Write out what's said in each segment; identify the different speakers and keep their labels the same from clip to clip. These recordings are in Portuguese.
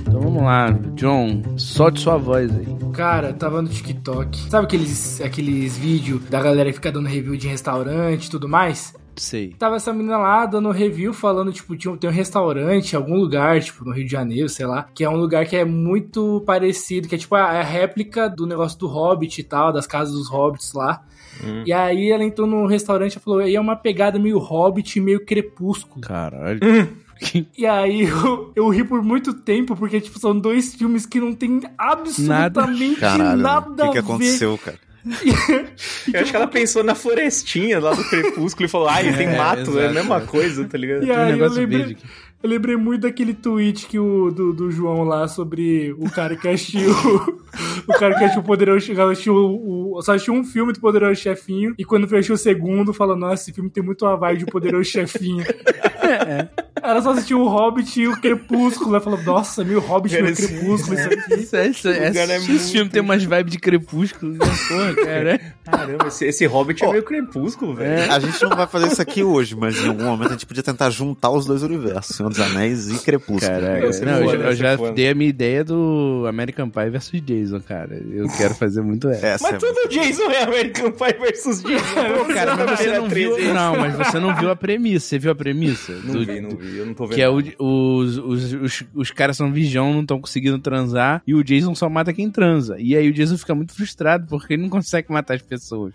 Speaker 1: Então lá, John, solte sua voz aí.
Speaker 2: Cara, eu tava no TikTok. Sabe aqueles, aqueles vídeos da galera que fica dando review de restaurante e tudo mais?
Speaker 1: Sei.
Speaker 2: Tava essa menina lá dando review, falando, tipo, tinha, tem um restaurante, em algum lugar, tipo, no Rio de Janeiro, sei lá, que é um lugar que é muito parecido, que é tipo a, a réplica do negócio do Hobbit e tal, das casas dos Hobbits lá.
Speaker 3: Hum.
Speaker 2: E aí ela entrou num restaurante e falou, aí é uma pegada meio Hobbit, meio crepúsculo.
Speaker 1: Caralho.
Speaker 2: E aí eu, eu ri por muito tempo, porque, tipo, são dois filmes que não tem absolutamente nada,
Speaker 3: Caralho, mano, o que, que
Speaker 2: a ver.
Speaker 3: aconteceu, cara?
Speaker 4: Eu acho que ela pensou na florestinha lá do Crepúsculo e falou, ah, tem
Speaker 1: É,
Speaker 4: mato, é a
Speaker 1: exato.
Speaker 4: mesma coisa, tá ligado?
Speaker 2: E aí eu
Speaker 1: um negócio
Speaker 2: lembrei,
Speaker 1: verde aqui.
Speaker 2: eu lembrei muito daquele tweet que o, do, do João lá sobre o cara que assistiu. o cara que assistiu o Poderoso Chefe. Assistiu, o- o- só assistiu um filme do Poderoso Chefinho e quando foi assistir o segundo, falou: Nossa, esse filme tem muito a vibe de Poderoso Chefinho.
Speaker 1: É,
Speaker 2: Ela só assistiu o Hobbit e o Crepúsculo. Ela falou: Nossa, meu Hobbit e
Speaker 4: Cara,
Speaker 2: meu
Speaker 4: esse-
Speaker 2: Crepúsculo, isso aqui.
Speaker 1: Isso, é- isso, é-
Speaker 4: O cara é
Speaker 1: esse
Speaker 4: muito-
Speaker 1: filme tem umas vibes de crepúsculo, né? Porra, cara.
Speaker 4: Caramba, esse, esse Hobbit é meio Crepúsculo, velho.
Speaker 3: A gente não vai fazer isso aqui hoje, mas em algum momento a gente podia tentar juntar os dois universos, Senhor dos Anéis e Crepúsculo.
Speaker 1: Caraca.
Speaker 4: Você
Speaker 1: Não, eu,
Speaker 4: voa,
Speaker 1: já-
Speaker 4: né?
Speaker 1: eu
Speaker 4: Você
Speaker 1: já
Speaker 4: voa, né?
Speaker 1: dei a minha ideia do American Pie versus Jason, cara. Eu quero fazer muito essa.
Speaker 3: Essa é
Speaker 4: Mas todo Jason é American Pie versus Jason.
Speaker 1: Pô, cara, mas
Speaker 4: é
Speaker 1: você não viu. Não, mas você não viu a premissa. Você viu a premissa?
Speaker 4: Não
Speaker 1: Do-
Speaker 4: vi, não vi, eu não tô vendo.
Speaker 1: Que é o, os, os, os, os caras são vigião, não estão conseguindo transar, e o Jason só mata quem transa. E aí o Jason fica muito frustrado porque ele não consegue matar as pessoas.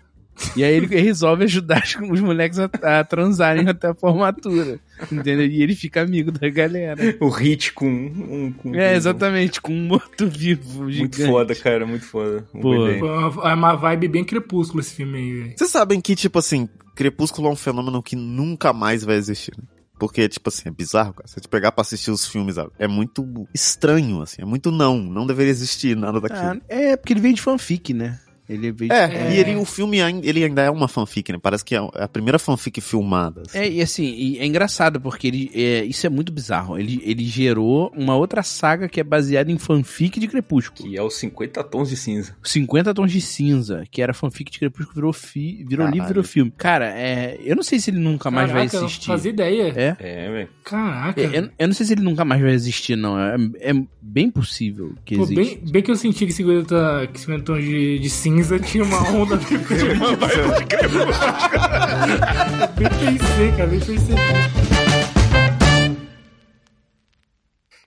Speaker 1: E aí ele resolve ajudar os- os moleques a, a transarem até a formatura. Entendeu? E ele fica amigo da galera.
Speaker 4: o hit com um. um- com-
Speaker 1: É, exatamente, com um morto-vivo.
Speaker 4: Muito
Speaker 1: gigante.
Speaker 4: foda, cara, muito foda. Uma
Speaker 1: Pô.
Speaker 4: boa ideia.
Speaker 2: Foi uma, é uma vibe bem crepúsculo esse filme aí, velho.
Speaker 3: Vocês sabem que, tipo assim, Crepúsculo é um fenômeno que nunca mais vai existir, né? Porque, tipo assim, é bizarro, cara. Se eu te pegar pra assistir os filmes, sabe? é muito estranho, assim. É muito não. Não deveria existir nada
Speaker 1: Ah,
Speaker 3: daquilo.
Speaker 1: é, porque ele veio de fanfic, né? Ele veio de
Speaker 3: é, e ele, o filme ain- ele ainda é uma fanfic, né? Parece que é a primeira fanfic filmada. assim.
Speaker 1: É, e assim, e é engraçado, porque ele, é, isso é muito bizarro. Ele, ele gerou uma outra saga que é baseada em fanfic de Crepúsculo.
Speaker 4: Que é os 50 tons de cinza.
Speaker 1: 50 Tons de Cinza, que era fanfic de Crepúsculo, virou, fi, virou
Speaker 3: Caralho.
Speaker 1: livro, virou filme. Cara, é, eu não sei se ele nunca mais vai
Speaker 2: Caraca, eu não
Speaker 1: existir.
Speaker 2: fazia ideia.
Speaker 1: É.
Speaker 4: É, velho.
Speaker 2: Caraca.
Speaker 1: É, eu, eu não sei se ele nunca mais vai existir, não. É, é bem possível que
Speaker 2: Pô,
Speaker 1: exista.
Speaker 2: bem, bem que eu senti que 50, que 50 tons de, de cinza tinha uma onda meio que de uma barba de crepúsculo. Bem pensei, cara, bem pensei.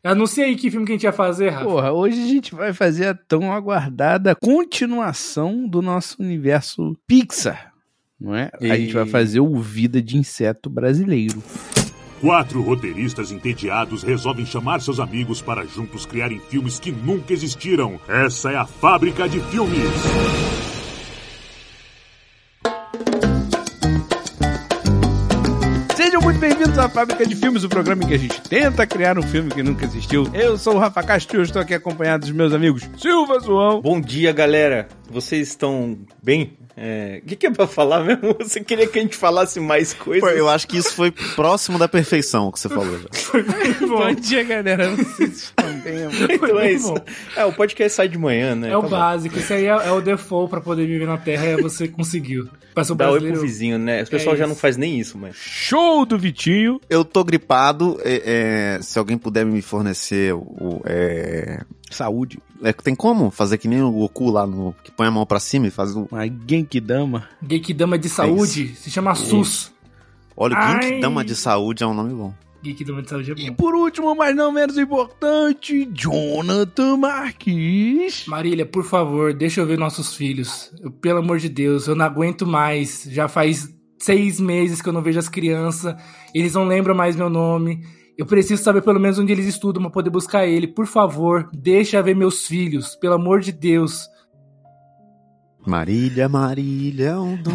Speaker 2: Anuncia aí que filme que a gente ia fazer, Rafa.
Speaker 1: Porra, hoje a gente vai fazer a tão aguardada continuação do nosso universo Pixar, não é? A
Speaker 4: E-
Speaker 1: gente vai fazer o Vida de Inseto Brasileiro.
Speaker 5: Quatro roteiristas entediados resolvem chamar seus amigos para juntos criarem filmes que nunca existiram. Essa é a fábrica de filmes.
Speaker 1: Sejam muito bem-vindos à Fábrica de Filmes, o programa em que a gente tenta criar um filme que nunca existiu. Eu sou o Rafa Castilho, estou aqui acompanhado dos meus amigos Silva Zoão.
Speaker 4: Bom dia, galera. Vocês estão bem? É, O que, que é pra falar mesmo? Você queria que a gente falasse mais
Speaker 3: Pô,
Speaker 4: coisas?
Speaker 3: Eu acho que isso foi próximo da perfeição que você falou. já.
Speaker 1: Bom dia, galera. Vocês estão bem? amor?
Speaker 4: Então é
Speaker 2: Muito
Speaker 4: isso.
Speaker 2: bom.
Speaker 4: É, o podcast sai de manhã, né?
Speaker 2: É o
Speaker 4: Tá bom.
Speaker 2: básico, isso aí é, é o default pra poder viver na Terra, é você conseguiu. Pra ser um
Speaker 4: Dá oi pro
Speaker 2: brasileiro...
Speaker 4: vizinho, né? O pessoal já
Speaker 2: isso.
Speaker 4: não faz nem isso, mas.
Speaker 1: Show do Vitinho.
Speaker 3: Eu tô gripado. é, é, se alguém puder me fornecer o. é,
Speaker 1: Saúde.
Speaker 3: é, tem como fazer que nem o Goku lá no. Que põe a mão pra cima e faz um, o.
Speaker 1: Uma Genkidama.
Speaker 2: Geekdama
Speaker 4: É
Speaker 2: de saúde, se chama SUS.
Speaker 3: Olha, o
Speaker 2: Ai.
Speaker 3: Geek Dama de Saúde é um nome bom.
Speaker 2: Geekdama de saúde é
Speaker 1: E
Speaker 2: bom.
Speaker 1: por último, mas não menos importante, Jonathan Marques.
Speaker 2: Marília, por favor, deixa eu ver nossos filhos. Eu, pelo amor de Deus, eu não aguento mais. Já faz seis meses que eu não vejo as crianças. Eles não lembram mais meu nome. Eu preciso saber pelo menos onde eles estudam pra poder buscar ele. Por favor, deixa eu ver meus filhos. Pelo amor de Deus.
Speaker 3: Marília, Marília é um dom.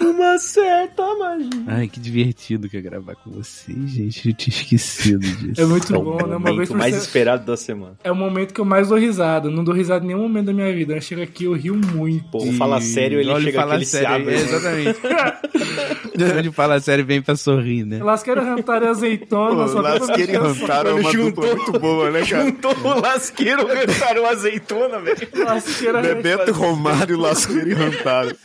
Speaker 4: Uma certa magia.
Speaker 1: Ai, que divertido que é gravar com vocês, gente. Eu tinha esquecido disso.
Speaker 2: É muito
Speaker 4: É o
Speaker 2: bom, né? Uma vez
Speaker 4: momento
Speaker 2: por
Speaker 4: mais
Speaker 2: semana.
Speaker 4: esperado da semana.
Speaker 2: É o momento que eu mais dou risada. Eu Não dou risada em nenhum momento da minha vida. Eu chego aqui, eu rio muito.
Speaker 4: Pô, o falar sério, ele
Speaker 1: Olha o
Speaker 4: chega
Speaker 1: falar
Speaker 4: aqui, ele se
Speaker 1: sério,
Speaker 4: abre.
Speaker 1: é,
Speaker 4: né?
Speaker 1: Exatamente. Onde fala sério vem pra sorrir, né?
Speaker 2: Lasqueiro Rantar e azeitona. só pega
Speaker 3: Lasqueira e
Speaker 2: mexendo
Speaker 3: Rantaro é uma
Speaker 4: Juntou.
Speaker 3: dupla muito boa, né, cara?
Speaker 4: Juntou o lasqueiro, cantaram azeitona, velho.
Speaker 2: só- né, Lasqueira
Speaker 3: Bebeto, Romário, Lasqueira e Rantaro.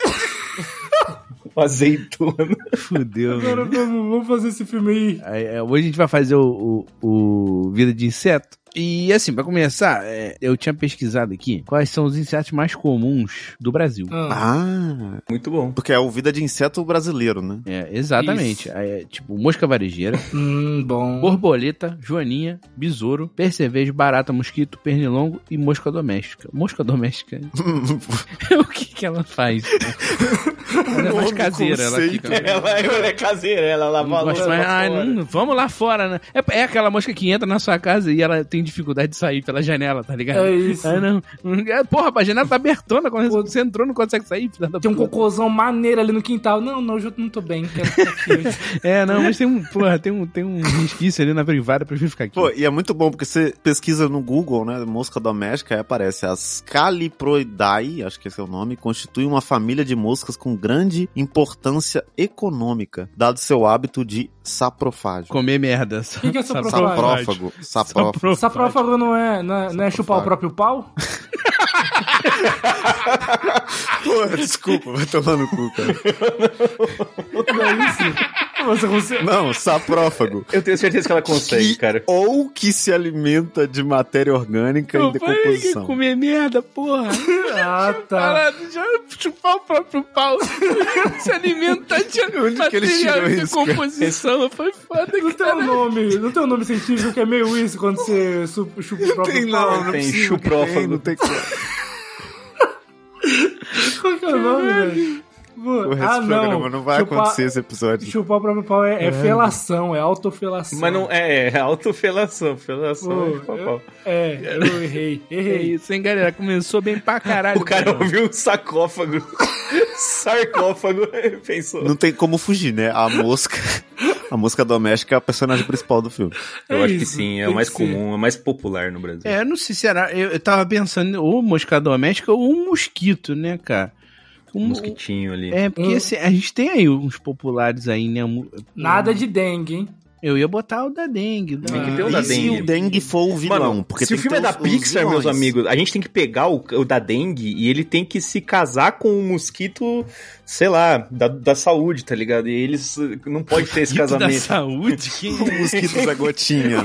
Speaker 4: azeitona.
Speaker 1: Fudeu,
Speaker 2: Agora
Speaker 1: mano.
Speaker 2: vamos, vamos fazer esse filme aí.
Speaker 1: Aí, é, Hoje a gente vai fazer o, o, o Vida de Inseto. E assim, pra começar, é, eu tinha pesquisado aqui quais são os insetos mais comuns do Brasil.
Speaker 2: Ah,
Speaker 3: Ah,
Speaker 4: Muito bom.
Speaker 3: porque é o vida de inseto brasileiro, né?
Speaker 1: É, exatamente. Aí É, tipo, mosca varejeira,
Speaker 2: Hum, bom.
Speaker 1: borboleta, joaninha, besouro, percevejo, barata, mosquito, pernilongo e mosca doméstica. Mosca doméstica? o que que ela faz? ela é mais
Speaker 3: Nome,
Speaker 1: caseira, ela
Speaker 3: conceito.
Speaker 1: fica...
Speaker 4: Ela, ela é caseira, ela lava a
Speaker 1: Não
Speaker 4: louça
Speaker 1: gosto mais.
Speaker 4: lá
Speaker 1: Ai,
Speaker 4: fora.
Speaker 1: não, vamos lá fora, né? É, é aquela mosca que entra na sua casa e ela tem dificuldade de sair pela janela, tá ligado?
Speaker 2: É isso.
Speaker 1: Ah, não. É, Porra, a janela tá abertona. Quando
Speaker 2: Pô.
Speaker 1: você entrou, não consegue sair. filha da
Speaker 2: Tem um
Speaker 1: puta.
Speaker 2: cocôzão maneiro ali no quintal. Não, não, hoje eu não tô bem. Quero ficar aqui hoje.
Speaker 1: É, não, mas tem um, porra, tem um, tem um resquício ali na privada pra eu ficar aqui.
Speaker 3: Pô, e é muito bom porque você pesquisa no Google, né, mosca doméstica, aí aparece as Caliproidae, acho que esse é o nome, constitui uma família de moscas com grande importância econômica, dado seu hábito de saprofágio.
Speaker 1: Comer merda.
Speaker 2: O que, que é essa prova?
Speaker 3: Saprófago, saprófago.
Speaker 2: Essa prova não é, não é, não é chupar o próprio pau?
Speaker 3: Pô, desculpa, vai tomar no cu, cara.
Speaker 2: Não é isso? Você consegue...
Speaker 3: Não, saprófago.
Speaker 4: Eu tenho certeza que ela consegue,
Speaker 3: Que-
Speaker 4: cara.
Speaker 3: Ou que se alimenta de matéria orgânica em
Speaker 1: Pô, falei que
Speaker 3: decomposição.
Speaker 1: comer merda, porra.
Speaker 2: Ah, tá.
Speaker 1: Cara, já chupar o próprio pau. Se alimenta de
Speaker 3: que ele
Speaker 1: material
Speaker 3: tirou
Speaker 1: de
Speaker 3: isso, cara?
Speaker 1: composição. Foi foda,
Speaker 2: Não tem um nome, não tem um nome científico que é meio isso quando você su- chupa o próprio pau.
Speaker 4: Tem
Speaker 3: precisa,
Speaker 4: chuprófago.
Speaker 3: tem, Não tem como.
Speaker 2: Qual que é o nome, velho?
Speaker 3: O resto
Speaker 2: ah,
Speaker 3: do programa
Speaker 2: não.
Speaker 3: não, vai
Speaker 2: Chupar-
Speaker 3: acontecer esse episódio.
Speaker 2: Chupar o próprio pau é, é felação, é autofelação.
Speaker 4: Mas não é, é autofelação. Felação
Speaker 2: Pô,
Speaker 4: é pau-pau.
Speaker 2: É, eu errei,
Speaker 1: É
Speaker 2: errei.
Speaker 1: isso, hein, galera? Começou bem pra caralho.
Speaker 4: O cara
Speaker 1: mano.
Speaker 4: ouviu um sacófago. Sarcófago. e Pensou.
Speaker 3: Não tem como fugir, né? A mosca. A mosca doméstica é a personagem principal do filme.
Speaker 4: Eu
Speaker 2: É
Speaker 4: acho que
Speaker 2: isso,
Speaker 4: sim, é
Speaker 2: tem
Speaker 4: o mais
Speaker 2: que ser.
Speaker 4: comum, é o mais popular no Brasil.
Speaker 1: É, não sei se era. Eu, eu tava pensando ou mosca doméstica ou um mosquito, né, cara?
Speaker 4: Um
Speaker 1: Um,
Speaker 4: mosquitinho ali.
Speaker 1: é, porque
Speaker 2: Um-
Speaker 1: assim, a gente tem aí uns populares aí, né? mu-
Speaker 2: Nada de dengue, hein?
Speaker 1: Eu ia botar o da dengue.
Speaker 4: Tem que
Speaker 1: da-
Speaker 4: ter o
Speaker 3: e
Speaker 4: da
Speaker 3: se
Speaker 4: dengue.
Speaker 3: o dengue for o vilão?
Speaker 4: Mano,
Speaker 3: porque
Speaker 4: se o
Speaker 3: tem
Speaker 4: filme é
Speaker 3: que ter
Speaker 4: da
Speaker 3: os- os
Speaker 4: Pixar, meus
Speaker 3: vilões.
Speaker 4: amigos, a gente tem que pegar o, o da dengue e ele tem que se casar com um mosquito, sei lá, da, da saúde, tá ligado? E eles eh, não pode ter esse
Speaker 1: Mosquito da
Speaker 4: casamento.
Speaker 1: saúde? Que...
Speaker 3: O mosquito da gotinha.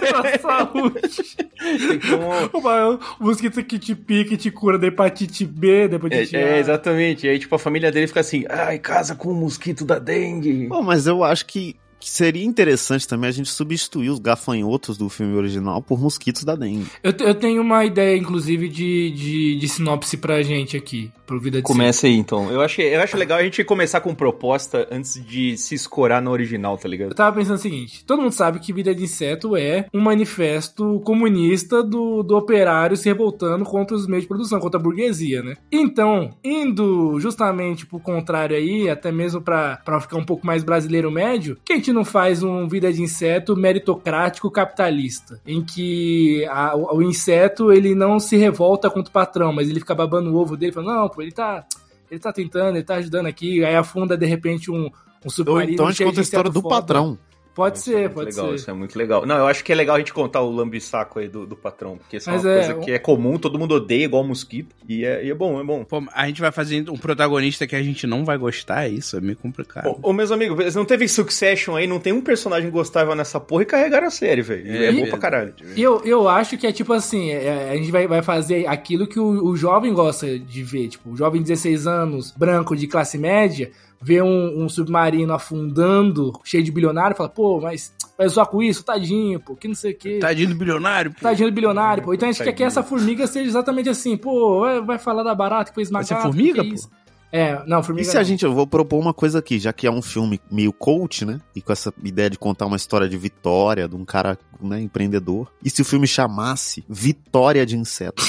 Speaker 2: Pra saúde.
Speaker 4: Tem que ter um-
Speaker 2: Uma- O mosquito que te pica e te cura da hepatite B, da hepatite
Speaker 4: É,
Speaker 2: A.
Speaker 4: é, exatamente. E aí, tipo, a família dele fica assim, ai, casa com o mosquito da dengue.
Speaker 3: Pô, mas eu acho que, que seria interessante também a gente substituir os gafanhotos do filme original por mosquitos da dengue.
Speaker 2: Eu, te- eu tenho uma ideia, inclusive, de, de, de sinopse pra gente aqui, pro Vida de
Speaker 4: Começa aí, então. Eu acho, eu acho legal a gente começar com proposta antes de se escorar no original, tá
Speaker 2: Eu
Speaker 4: ligado?
Speaker 2: tava pensando o seguinte: todo mundo sabe que Vida de Inseto é um manifesto comunista do, do operário se revoltando contra os meios de produção, contra a burguesia, né? Então, indo justamente pro contrário aí, até mesmo pra, pra ficar um pouco mais brasileiro médio, que a gente não faz um Vida de Inseto meritocrático capitalista, em que a- o, o inseto ele não se revolta contra o patrão, mas ele fica babando o ovo dele, falando: não, pô, ele tá. Ele tá tentando, ele tá ajudando aqui, aí afunda de repente um, um
Speaker 3: Ou
Speaker 2: submarino.
Speaker 3: então a gente
Speaker 2: cheio de
Speaker 3: conta a história
Speaker 2: inseto
Speaker 3: do
Speaker 2: foda.
Speaker 3: patrão.
Speaker 2: Pode ser,
Speaker 4: Muito
Speaker 2: pode
Speaker 4: legal,
Speaker 2: ser.
Speaker 4: Isso é muito legal. Não, eu acho que é legal a gente contar o lambisaco aí do, do patrão, porque isso é
Speaker 2: Mas
Speaker 4: uma
Speaker 2: é,
Speaker 4: coisa
Speaker 2: o-
Speaker 4: que é comum, todo mundo odeia igual mosquito, e é, e é bom, é bom.
Speaker 1: Pô, a gente vai fazendo um protagonista que a gente não vai gostar, é isso? É meio complicado.
Speaker 4: Ô, ô, meus amigos, não teve Succession aí, não tem um personagem gostável nessa porra e carregaram a série, velho. E É,
Speaker 1: É
Speaker 4: bom pra
Speaker 1: verdade.
Speaker 4: caralho.
Speaker 2: E Eu, eu acho que é tipo assim, é, a gente vai, vai fazer aquilo que o, o jovem gosta de ver. Tipo, o jovem de 16 anos, branco, de classe média, vê um, um submarino afundando, cheio de bilionário, fala, pô, mas vai zoar com isso? Tadinho, pô, que não sei o quê.
Speaker 1: Tadinho do bilionário, pô.
Speaker 2: Tadinho do bilionário, pô. Então a gente quer que
Speaker 4: Tá Tadinho.
Speaker 2: essa formiga seja exatamente assim, pô, vai- vai falar da barata que foi
Speaker 1: Vai
Speaker 2: esmagada.
Speaker 1: ser formiga,
Speaker 2: que
Speaker 1: pô?
Speaker 2: isso? É, não, formiga
Speaker 3: E se a
Speaker 2: não.
Speaker 3: gente, eu vou propor uma coisa aqui, já que é um filme meio coach, né? E com essa ideia de contar uma história de vitória, de um cara, né, empreendedor. E se o filme chamasse Vitória de Inseto?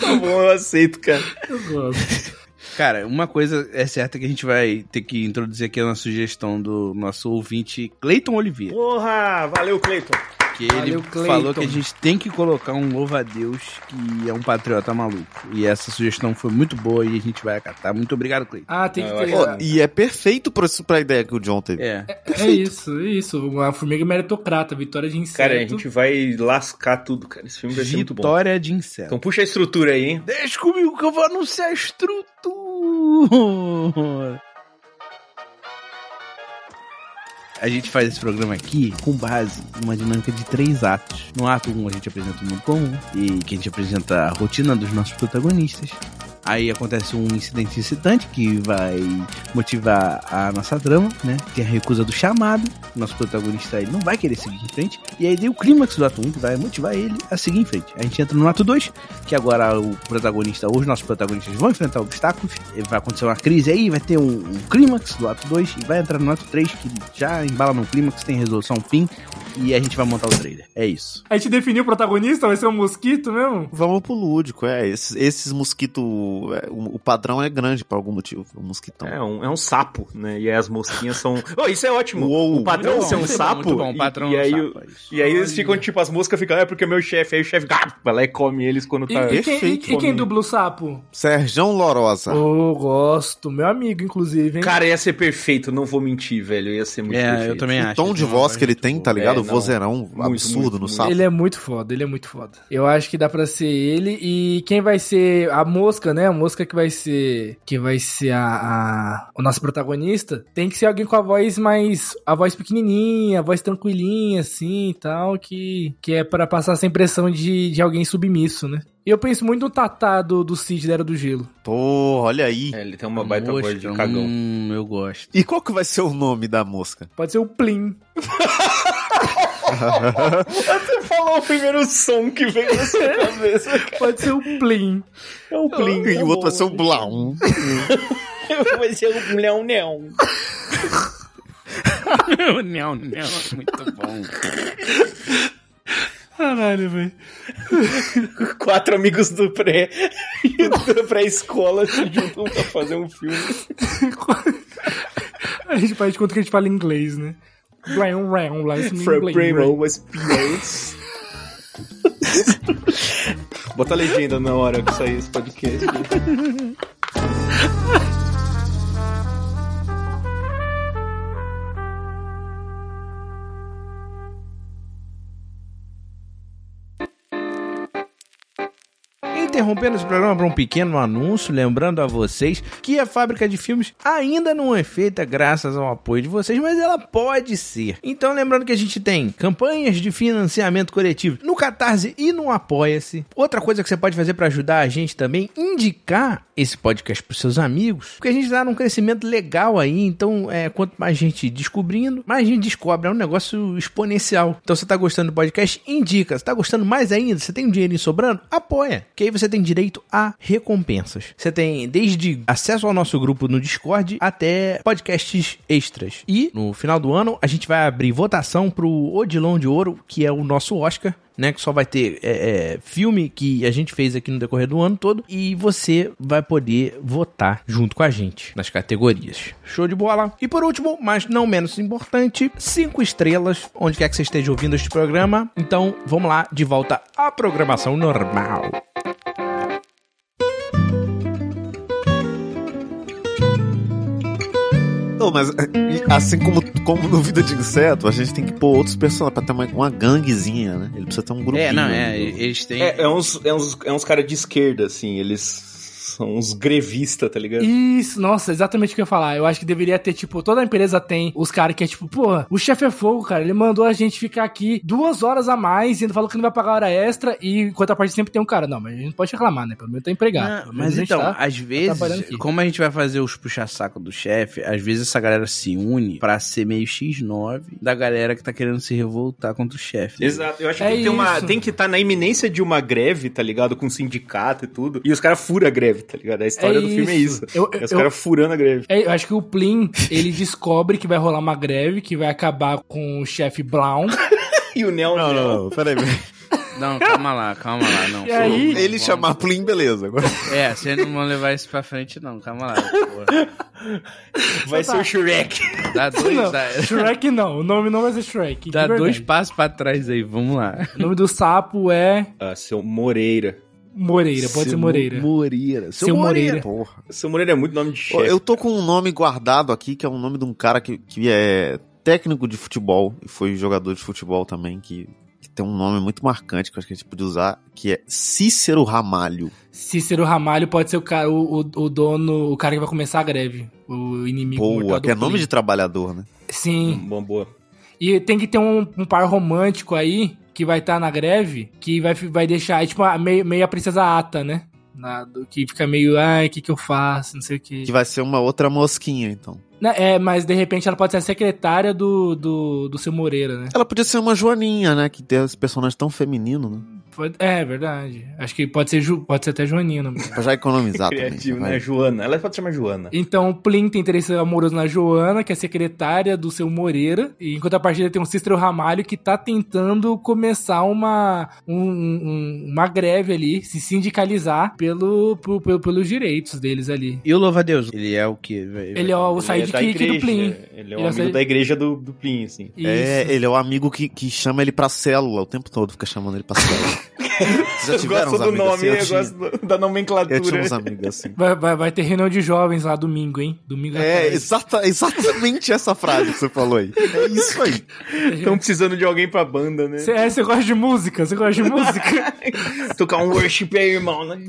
Speaker 4: Tá bom, eu aceito, cara.
Speaker 2: Eu gosto.
Speaker 1: Cara, uma coisa é certa que a gente vai ter que introduzir aqui na sugestão do nosso ouvinte Cleiton Oliveira.
Speaker 4: Porra, valeu, Cleiton.
Speaker 1: Que
Speaker 2: Valeu,
Speaker 1: ele
Speaker 2: Cleiton.
Speaker 1: falou que a gente tem que colocar um louva-a-Deus que é um patriota maluco. E essa sugestão foi muito boa e a gente vai acatar. Muito obrigado, Cleiton.
Speaker 2: Ah, tem que
Speaker 4: Não, eu
Speaker 2: ter.
Speaker 4: acho-
Speaker 3: e é perfeito pra, isso- pra ideia que o John teve.
Speaker 1: É.
Speaker 2: É isso, é isso. Uma formiga meritocrata, vitória de inseto.
Speaker 4: Cara, a gente vai lascar tudo, cara. Esse filme vai ser muito bom.
Speaker 1: Vitória de inseto.
Speaker 4: Então puxa a estrutura aí, hein?
Speaker 1: Deixa comigo que eu vou anunciar a estrutura. Uh! A gente faz esse programa aqui com base numa dinâmica de três atos. No ato 1 um, a gente apresenta o mundo comum e que a gente apresenta a rotina dos nossos protagonistas. Aí acontece um incidente excitante que vai motivar a nossa trama, né? Tem a recusa do chamado, nosso protagonista ele não vai querer seguir em frente. E aí tem o clímax do ato 1 que vai motivar ele a seguir em frente. A gente entra no ato 2, que agora o protagonista, ou os nossos protagonistas vão enfrentar obstáculos, e vai acontecer uma crise aí, vai ter um, um clímax do ato 2 e vai entrar no ato 3 que já embala no clímax, tem resolução fim e a gente vai montar o trailer. É isso.
Speaker 2: A gente definiu o protagonista, vai ser um mosquito mesmo?
Speaker 3: Vamos pro lúdico, é. Esses, esses mosquitos. o, o padrão é grande por algum motivo. O mosquitão.
Speaker 4: É um, é um sapo, né? E aí as mosquinhas são. Oh, isso é ótimo!
Speaker 3: Uou,
Speaker 4: o padrão
Speaker 1: muito bom,
Speaker 4: ser um
Speaker 1: muito
Speaker 4: sapo.
Speaker 1: bom, muito bom,
Speaker 4: e-
Speaker 1: padrão
Speaker 4: e,
Speaker 1: é um
Speaker 4: aí,
Speaker 1: sapo, é isso.
Speaker 4: e aí eles ficam tipo, as moscas ficam, é porque meu chefe, aí o chefe "Ah", vai lá e come eles quando
Speaker 2: E, e
Speaker 4: tá.
Speaker 2: quem, e- e
Speaker 3: perfeito, Tá.
Speaker 2: quem
Speaker 4: homem.
Speaker 2: dubla o sapo?
Speaker 3: Serjão Lorosa.
Speaker 2: Eu gosto. Meu amigo, inclusive, hein?
Speaker 4: Cara, ia ser perfeito, não vou mentir, velho. Ia ser muito
Speaker 1: É,
Speaker 4: perfeito.
Speaker 1: eu também
Speaker 3: o
Speaker 1: acho.
Speaker 3: tom de
Speaker 1: Então,
Speaker 3: voz que ele
Speaker 1: muito
Speaker 3: tem,
Speaker 1: bom.
Speaker 3: tá
Speaker 4: É,
Speaker 3: ligado? o
Speaker 4: não.
Speaker 3: vozeirão
Speaker 4: Muito,
Speaker 3: absurdo
Speaker 4: muito,
Speaker 3: no
Speaker 4: muito.
Speaker 3: sapo.
Speaker 2: Ele é muito foda, ele é muito foda. Eu acho que dá pra ser ele e quem vai ser a mosca, né? A mosca que vai ser que vai ser a, a- o nosso protagonista, tem que ser alguém com a voz mais a voz pequenininha, a voz tranquilinha assim, e tal, que que é pra passar essa impressão de, de alguém submisso, né? E eu penso muito no Tatá do, do Cid da Era do Gelo.
Speaker 3: Pô, olha aí.
Speaker 4: É, ele tem uma baita
Speaker 1: Mosca,
Speaker 4: voz de cagão.
Speaker 1: Hum, eu gosto.
Speaker 3: E qual que vai ser o nome da mosca?
Speaker 2: Pode ser o Plim.
Speaker 4: Você falou o primeiro som que veio na sua cabeça.
Speaker 2: Pode ser o Plim.
Speaker 4: É o né? Plim.
Speaker 3: e o outro vai ser um o Blaum.
Speaker 4: Vai ser o Leão Neon.
Speaker 1: não, não, muito bom.
Speaker 2: Caralho, velho.
Speaker 4: Quatro amigos do pré da pré-escola se juntam pra fazer um filme.
Speaker 2: A gente faz de conta que a gente fala inglês, né? Brown, brown, lá, isso não é inglês, né?
Speaker 4: was Pirates. Bota a legenda na hora que sair esse podcast.
Speaker 1: Interrompendo esse programa para um pequeno anúncio, lembrando a vocês que a fábrica de filmes ainda não é feita graças ao apoio de vocês, mas ela pode ser. Então, lembrando que a gente tem campanhas de financiamento coletivo no Catarse e no Apoia-se. Outra coisa que você pode fazer para ajudar a gente também, indicar esse podcast para seus amigos, porque a gente está num crescimento legal aí, então é, quanto mais gente descobrindo, mais gente descobre, é um negócio exponencial. Então você tá gostando do podcast, indica. Você tá gostando mais ainda, você tem um dinheirinho sobrando, apoia, que aí você tem direito a recompensas. Você tem desde acesso ao nosso grupo no Discord até podcasts extras. E no final do ano a gente vai abrir votação pro Odilon de Ouro, que é o nosso Oscar né? Que só vai ter é, é, filme que a gente fez aqui no decorrer do ano todo. E você vai poder votar junto com a gente nas categorias. Show de bola! E por último, mas não menos importante, cinco estrelas, onde quer que você esteja ouvindo este programa. Então vamos lá, de volta à programação normal.
Speaker 3: Não, mas e assim como, como no Vida de Inseto, a gente tem que pôr outros personagens pra ter uma, uma ganguezinha, né? Ele precisa ter um grupinho. né?
Speaker 1: Eles têm.
Speaker 4: É, é uns, é uns, é uns caras de esquerda, assim, eles são uns grevistas, tá ligado?
Speaker 2: Isso, nossa, exatamente o que eu ia falar. Eu acho que deveria ter, tipo, toda empresa tem os caras que é tipo, porra, o chefe é fogo, cara. Ele mandou a gente ficar aqui duas horas a mais e ainda falou que não vai pagar hora extra. E enquanto a parte sempre tem um cara. Não, mas a gente não pode reclamar, né? Pelo menos tá empregado.
Speaker 1: Não,
Speaker 2: Pelo menos
Speaker 1: mas
Speaker 2: a gente
Speaker 1: então,
Speaker 2: tá-
Speaker 1: às
Speaker 2: trabalhando
Speaker 1: vezes,
Speaker 2: aqui.
Speaker 1: como a gente vai fazer os puxa-saco do chefe, às vezes essa galera se une pra ser meio X9 da galera que tá querendo se revoltar contra o chefe.
Speaker 4: Exato, eu acho
Speaker 2: É
Speaker 4: que tem, uma,
Speaker 2: isso.
Speaker 4: tem que estar na iminência de uma greve, tá ligado? Com sindicato e tudo. E os caras furam a greve, tá ligado? A história
Speaker 2: É
Speaker 4: do filme é isso.
Speaker 2: Eu, eu,
Speaker 4: É os
Speaker 2: eu-
Speaker 4: caras furando a greve.
Speaker 2: é, eu acho que o Plin, ele descobre que vai rolar uma greve, que vai acabar com o chefe Brown.
Speaker 4: E o Neo
Speaker 3: Não, não, não, peraí.
Speaker 1: Não, calma lá, calma lá, não.
Speaker 2: E aí-
Speaker 1: Vamos-
Speaker 3: Ele
Speaker 1: vamos-
Speaker 3: chamar Plim, beleza. Agora,
Speaker 1: É, vocês não vão levar isso pra frente, não, calma lá. porra.
Speaker 4: vai
Speaker 2: Tá.
Speaker 4: ser o Shrek.
Speaker 1: Dá
Speaker 2: não,
Speaker 1: dois, dá,
Speaker 2: Shrek não. O nome não vai ser Shrek. de
Speaker 1: dá
Speaker 2: verdade.
Speaker 1: dois passos pra trás aí, vamos lá.
Speaker 2: O nome do sapo é
Speaker 4: Ah, seu Moreira.
Speaker 2: Moreira. Pode ser Moreira.
Speaker 1: Moreira.
Speaker 2: Seu Moreira.
Speaker 3: porra.
Speaker 4: Seu Moreira é muito nome de
Speaker 3: Ó,
Speaker 4: chefe.
Speaker 3: Eu tô com um nome guardado aqui, que é um nome de um cara que, que é técnico de futebol e foi jogador de futebol também, que que tem um nome muito marcante que eu acho que a gente podia usar, que é Cícero Ramalho.
Speaker 2: Cícero Ramalho pode ser o, cara, o, o, o dono, o cara que vai começar a greve. O inimigo
Speaker 3: Boa,
Speaker 2: mortal do
Speaker 3: que é nome
Speaker 2: crime.
Speaker 3: de trabalhador, né?
Speaker 2: Sim.
Speaker 4: Boa, boa.
Speaker 2: E tem que ter um, um par romântico aí, que vai estar na greve, que vai, vai deixar, é tipo, a- meio, meio a princesa Ata, né? Na- do- que fica meio, ai, o que que eu faço, não sei o que.
Speaker 3: Que vai ser uma outra mosquinha, então.
Speaker 2: É, mas de repente ela pode ser a secretária do, do, do seu Moreira, né?
Speaker 3: Ela podia ser uma Joaninha, né? Que tem esse personagem tão feminino, né?
Speaker 2: Pode- é, verdade. Acho que pode ser, Ju- pode ser até Joaninha. né?
Speaker 3: Pra já economizar
Speaker 4: Criativo,
Speaker 3: também.
Speaker 4: né? Joana. Ela pode chamar Joana.
Speaker 2: Então, o Plin tem interesse amoroso na Joana, que é secretária do seu Moreira. E enquanto a partida tem um Cícero Ramalho que tá tentando começar uma, um- um- uma greve ali, se sindicalizar pelo, pro- pelo- pelos direitos deles ali.
Speaker 1: E o Louva-a-Deus? Ele é o quê? velho?
Speaker 2: Ele é o
Speaker 4: Ele é da
Speaker 2: sidekick do
Speaker 4: igreja,
Speaker 2: Plin.
Speaker 4: Ele é
Speaker 2: Ele é
Speaker 4: o amigo
Speaker 2: side-
Speaker 4: da igreja do, do Plin, assim.
Speaker 3: É,
Speaker 2: Isso.
Speaker 3: ele é o amigo que, que chama ele pra célula o tempo todo, fica chamando ele pra célula. Vocês já
Speaker 4: Eu
Speaker 3: tiveram
Speaker 4: gosto
Speaker 3: uns
Speaker 4: do
Speaker 3: amigos
Speaker 4: nome,
Speaker 3: assim? Eu
Speaker 4: eu
Speaker 3: tinha-
Speaker 4: gosto do- da nomenclatura.
Speaker 3: eu tinha uns amigos assim.
Speaker 2: Vai, vai, vai ter reunião de jovens lá domingo, hein? Domingo à
Speaker 3: É,
Speaker 2: tarde.
Speaker 3: exata, exatamente essa frase que você falou aí. É isso aí.
Speaker 4: Estão precisando de alguém pra banda, né?
Speaker 2: Cê- é, você gosta de música? Você gosta de música?
Speaker 4: Tocar um worship aí, irmão, né?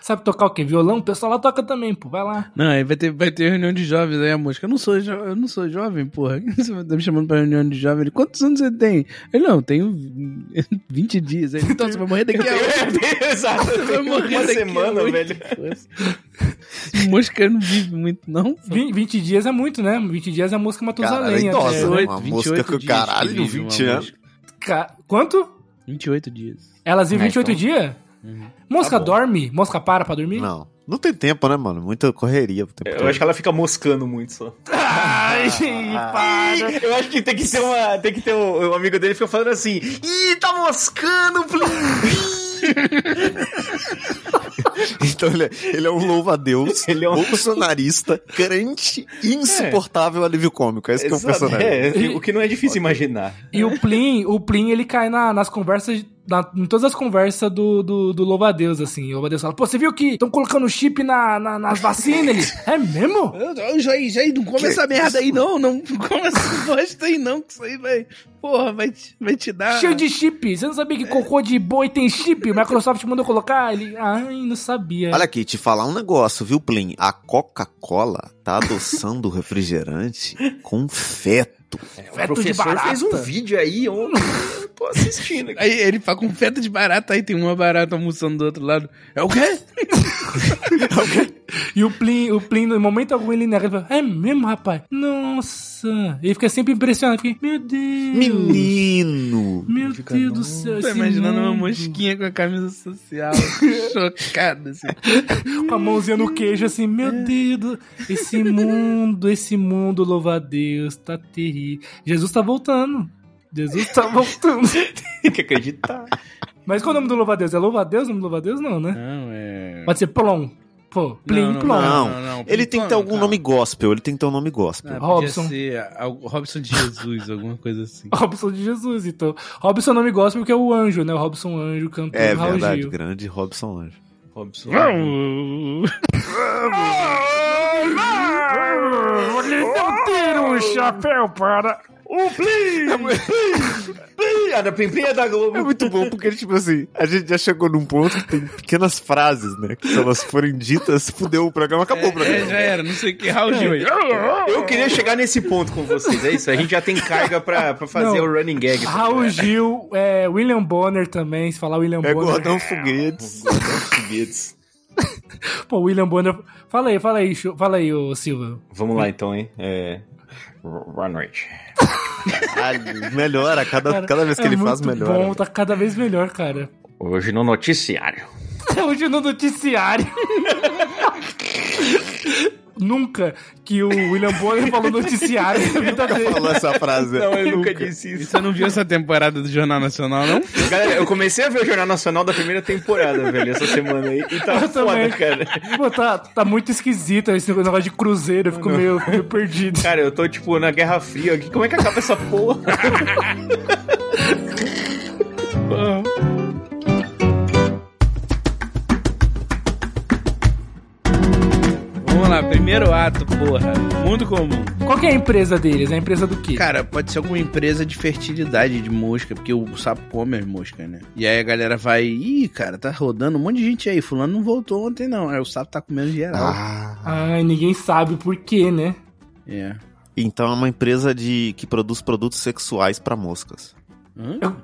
Speaker 2: Sabe tocar o quê? Violão? O pessoal lá toca também, pô. Vai lá.
Speaker 1: Não, aí vai ter, vai ter reunião de jovens aí a música. Eu não sou, jo- eu não sou jovem, porra. Você tá me chamando pra reunião de jovem. Ele, quantos anos você tem? Ele, não, eu tenho 20 dias. Ele, então, você vai morrer daqui a
Speaker 4: Exato.
Speaker 1: vai morrer
Speaker 4: uma
Speaker 1: daqui a
Speaker 4: semana,
Speaker 1: oito.
Speaker 4: velho.
Speaker 1: Mosca não vive muito, não.
Speaker 2: Vin- 20 dias é muito, né? 20 dias é a música
Speaker 3: Caralho,
Speaker 2: Matusalém.
Speaker 3: é idosa,
Speaker 2: até,
Speaker 3: né?
Speaker 2: né?
Speaker 3: Uma música com
Speaker 1: dias
Speaker 3: caralho,
Speaker 1: que vive uma
Speaker 3: 20 anos.
Speaker 1: mosca.
Speaker 2: Ca- Quanto?
Speaker 1: 28 dias.
Speaker 2: Elas em
Speaker 4: É,
Speaker 2: 28
Speaker 4: então.
Speaker 2: dias?
Speaker 1: Uhum.
Speaker 2: Mosca
Speaker 4: Tá bom.
Speaker 2: dorme? Mosca para pra dormir?
Speaker 3: Não, não tem tempo, né, mano? Muita correria. pro tempo
Speaker 4: Eu
Speaker 3: todo.
Speaker 4: acho que ela fica moscando muito só. Ah.
Speaker 2: Ai, para.
Speaker 4: Eu acho que tem que ser uma. Tem que ter um, um amigo dele fica falando assim. Ih, tá moscando, Plim!
Speaker 3: Então ele é, ele é um louva-a-Deus,
Speaker 4: Ele é um-
Speaker 3: bolsonarista, crente, insuportável alívio cômico. É esse que é o personagem.
Speaker 4: É, o que não é difícil imaginar.
Speaker 2: E o Plin, o Plin, ele cai na- nas conversas, na- em todas as conversas do, do, do Louva-a-Deus, assim. O Louva-a-Deus fala, pô, você viu que estão colocando chip na, na, nas vacinas? Ele, é mesmo?
Speaker 1: Jair, Jair, não come
Speaker 3: Que
Speaker 1: essa merda aí, não. Não come essa bosta aí, não. Que isso aí vai. Porra, vai te, vai te
Speaker 3: É.
Speaker 1: dar.
Speaker 2: Cheio de chip. Você não sabia que cocô de boi tem chip? Microsoft mandou colocar? Ele, ai, não sabia.
Speaker 3: Olha aqui, te falar um negócio, viu, Plim? A Coca-Cola tá adoçando o refrigerante com feto.
Speaker 4: É,
Speaker 2: Feto de barata.
Speaker 4: vídeo aí ontem. Eu tô assistindo aqui.
Speaker 1: Aí ele fala com feta de barata, aí tem uma barata almoçando do outro lado. É o quê?
Speaker 2: E o Plin, o Plin, no momento algum, ele nega. Ele fala, é mesmo, rapaz? Nossa. Ele fica sempre impressionado. Fica, meu Deus.
Speaker 3: Menino!
Speaker 2: Meu
Speaker 4: Fica,
Speaker 2: Deus do
Speaker 4: "Não".
Speaker 2: céu.
Speaker 1: Tô
Speaker 2: esse
Speaker 1: imaginando uma
Speaker 2: mundo."
Speaker 1: mosquinha com a camisa social. chocada, assim.
Speaker 2: Com a mãozinha no queijo, assim, meu Deus. do- Esse mundo, esse mundo, louva a Deus, tá terrível. Jesus tá voltando. Jesus tá voltando.
Speaker 4: Tem que acreditar.
Speaker 2: Mas qual é o nome do louva a Deus? É louva a Deus? O nome do louva a Deus não, né?
Speaker 1: Não, é.
Speaker 2: Pode ser Plom. Pô, Plim, Plom.
Speaker 3: não. Ele tem
Speaker 2: Então,
Speaker 3: que ter algum nome gospel, ele tem que ter um nome gospel.
Speaker 1: Ah,
Speaker 2: Robson.
Speaker 1: Robson. Ser algo- Robson de Jesus, alguma coisa assim.
Speaker 2: Robson de Jesus, então. Robson não me gosta porque é o anjo, né? O Robson Anjo, cantor
Speaker 3: é
Speaker 2: do Raul
Speaker 3: verdade,
Speaker 2: Gil.
Speaker 3: grande Robson Anjo.
Speaker 4: Robson.
Speaker 2: Ele não tira um chapéu para.
Speaker 4: O Plim! É Plim! A da Plim Plim é da
Speaker 3: É
Speaker 4: Globo.
Speaker 3: muito bom porque, tipo assim, a gente já chegou num ponto que tem pequenas frases, né? Que se elas forem ditas, fudeu o programa, acabou o programa.
Speaker 1: É, já era, não sei o que, Raul Gil. aí.
Speaker 4: Eu queria chegar nesse ponto com vocês, é isso? A gente já tem carga pra, pra fazer
Speaker 2: Não. Ah.
Speaker 4: o running gag.
Speaker 2: Raul Gil, é, William Bonner também, se falar William
Speaker 3: É
Speaker 2: Bonner.
Speaker 3: Gordão Foguetes.
Speaker 4: Foguetes.
Speaker 2: Pô, William Bonner. Fala aí, fala aí, Chu- fala aí, ô Silva.
Speaker 4: Vamos lá então, hein? É... Boa noite.
Speaker 3: Caralho, Ah, melhora, cada,
Speaker 2: Cara,
Speaker 3: cada vez que
Speaker 2: é
Speaker 3: ele faz,
Speaker 2: muito
Speaker 3: melhora.
Speaker 2: Bom, tá cada vez melhor, cara.
Speaker 4: Hoje no noticiário.
Speaker 2: Hoje no noticiário. Nunca que o William Bonner falou noticiário na vida dele.
Speaker 3: Falou essa frase.
Speaker 4: eu nunca disse isso.
Speaker 1: Você não viu essa temporada do Jornal Nacional, não?
Speaker 4: Galera, eu comecei a ver o Jornal Nacional da primeira temporada, velho, essa semana aí. E tá
Speaker 2: Eu
Speaker 4: foda,
Speaker 2: também.
Speaker 4: cara.
Speaker 2: Pô, tá, tá muito esquisito esse negócio de cruzeiro, eu fico meio, meio perdido.
Speaker 4: Cara, eu tô, tipo, na Guerra Fria aqui. Como é que acaba essa porra?
Speaker 1: Vamos lá, primeiro ato. Porra, mundo comum.
Speaker 2: Qual que é a empresa deles? É a empresa do quê?
Speaker 1: Cara, pode ser alguma empresa de fertilidade de mosca, porque o sapo come as moscas, né? E aí a galera vai, ih, cara, tá rodando um monte de gente aí. Fulano não voltou ontem, não. Aí o sapo tá comendo geral.
Speaker 3: Ah.
Speaker 2: Ai, ninguém sabe por quê, né?
Speaker 1: É.
Speaker 3: Então é uma empresa de que produz produtos sexuais pra moscas.
Speaker 1: Hã?
Speaker 3: É?
Speaker 4: Hum?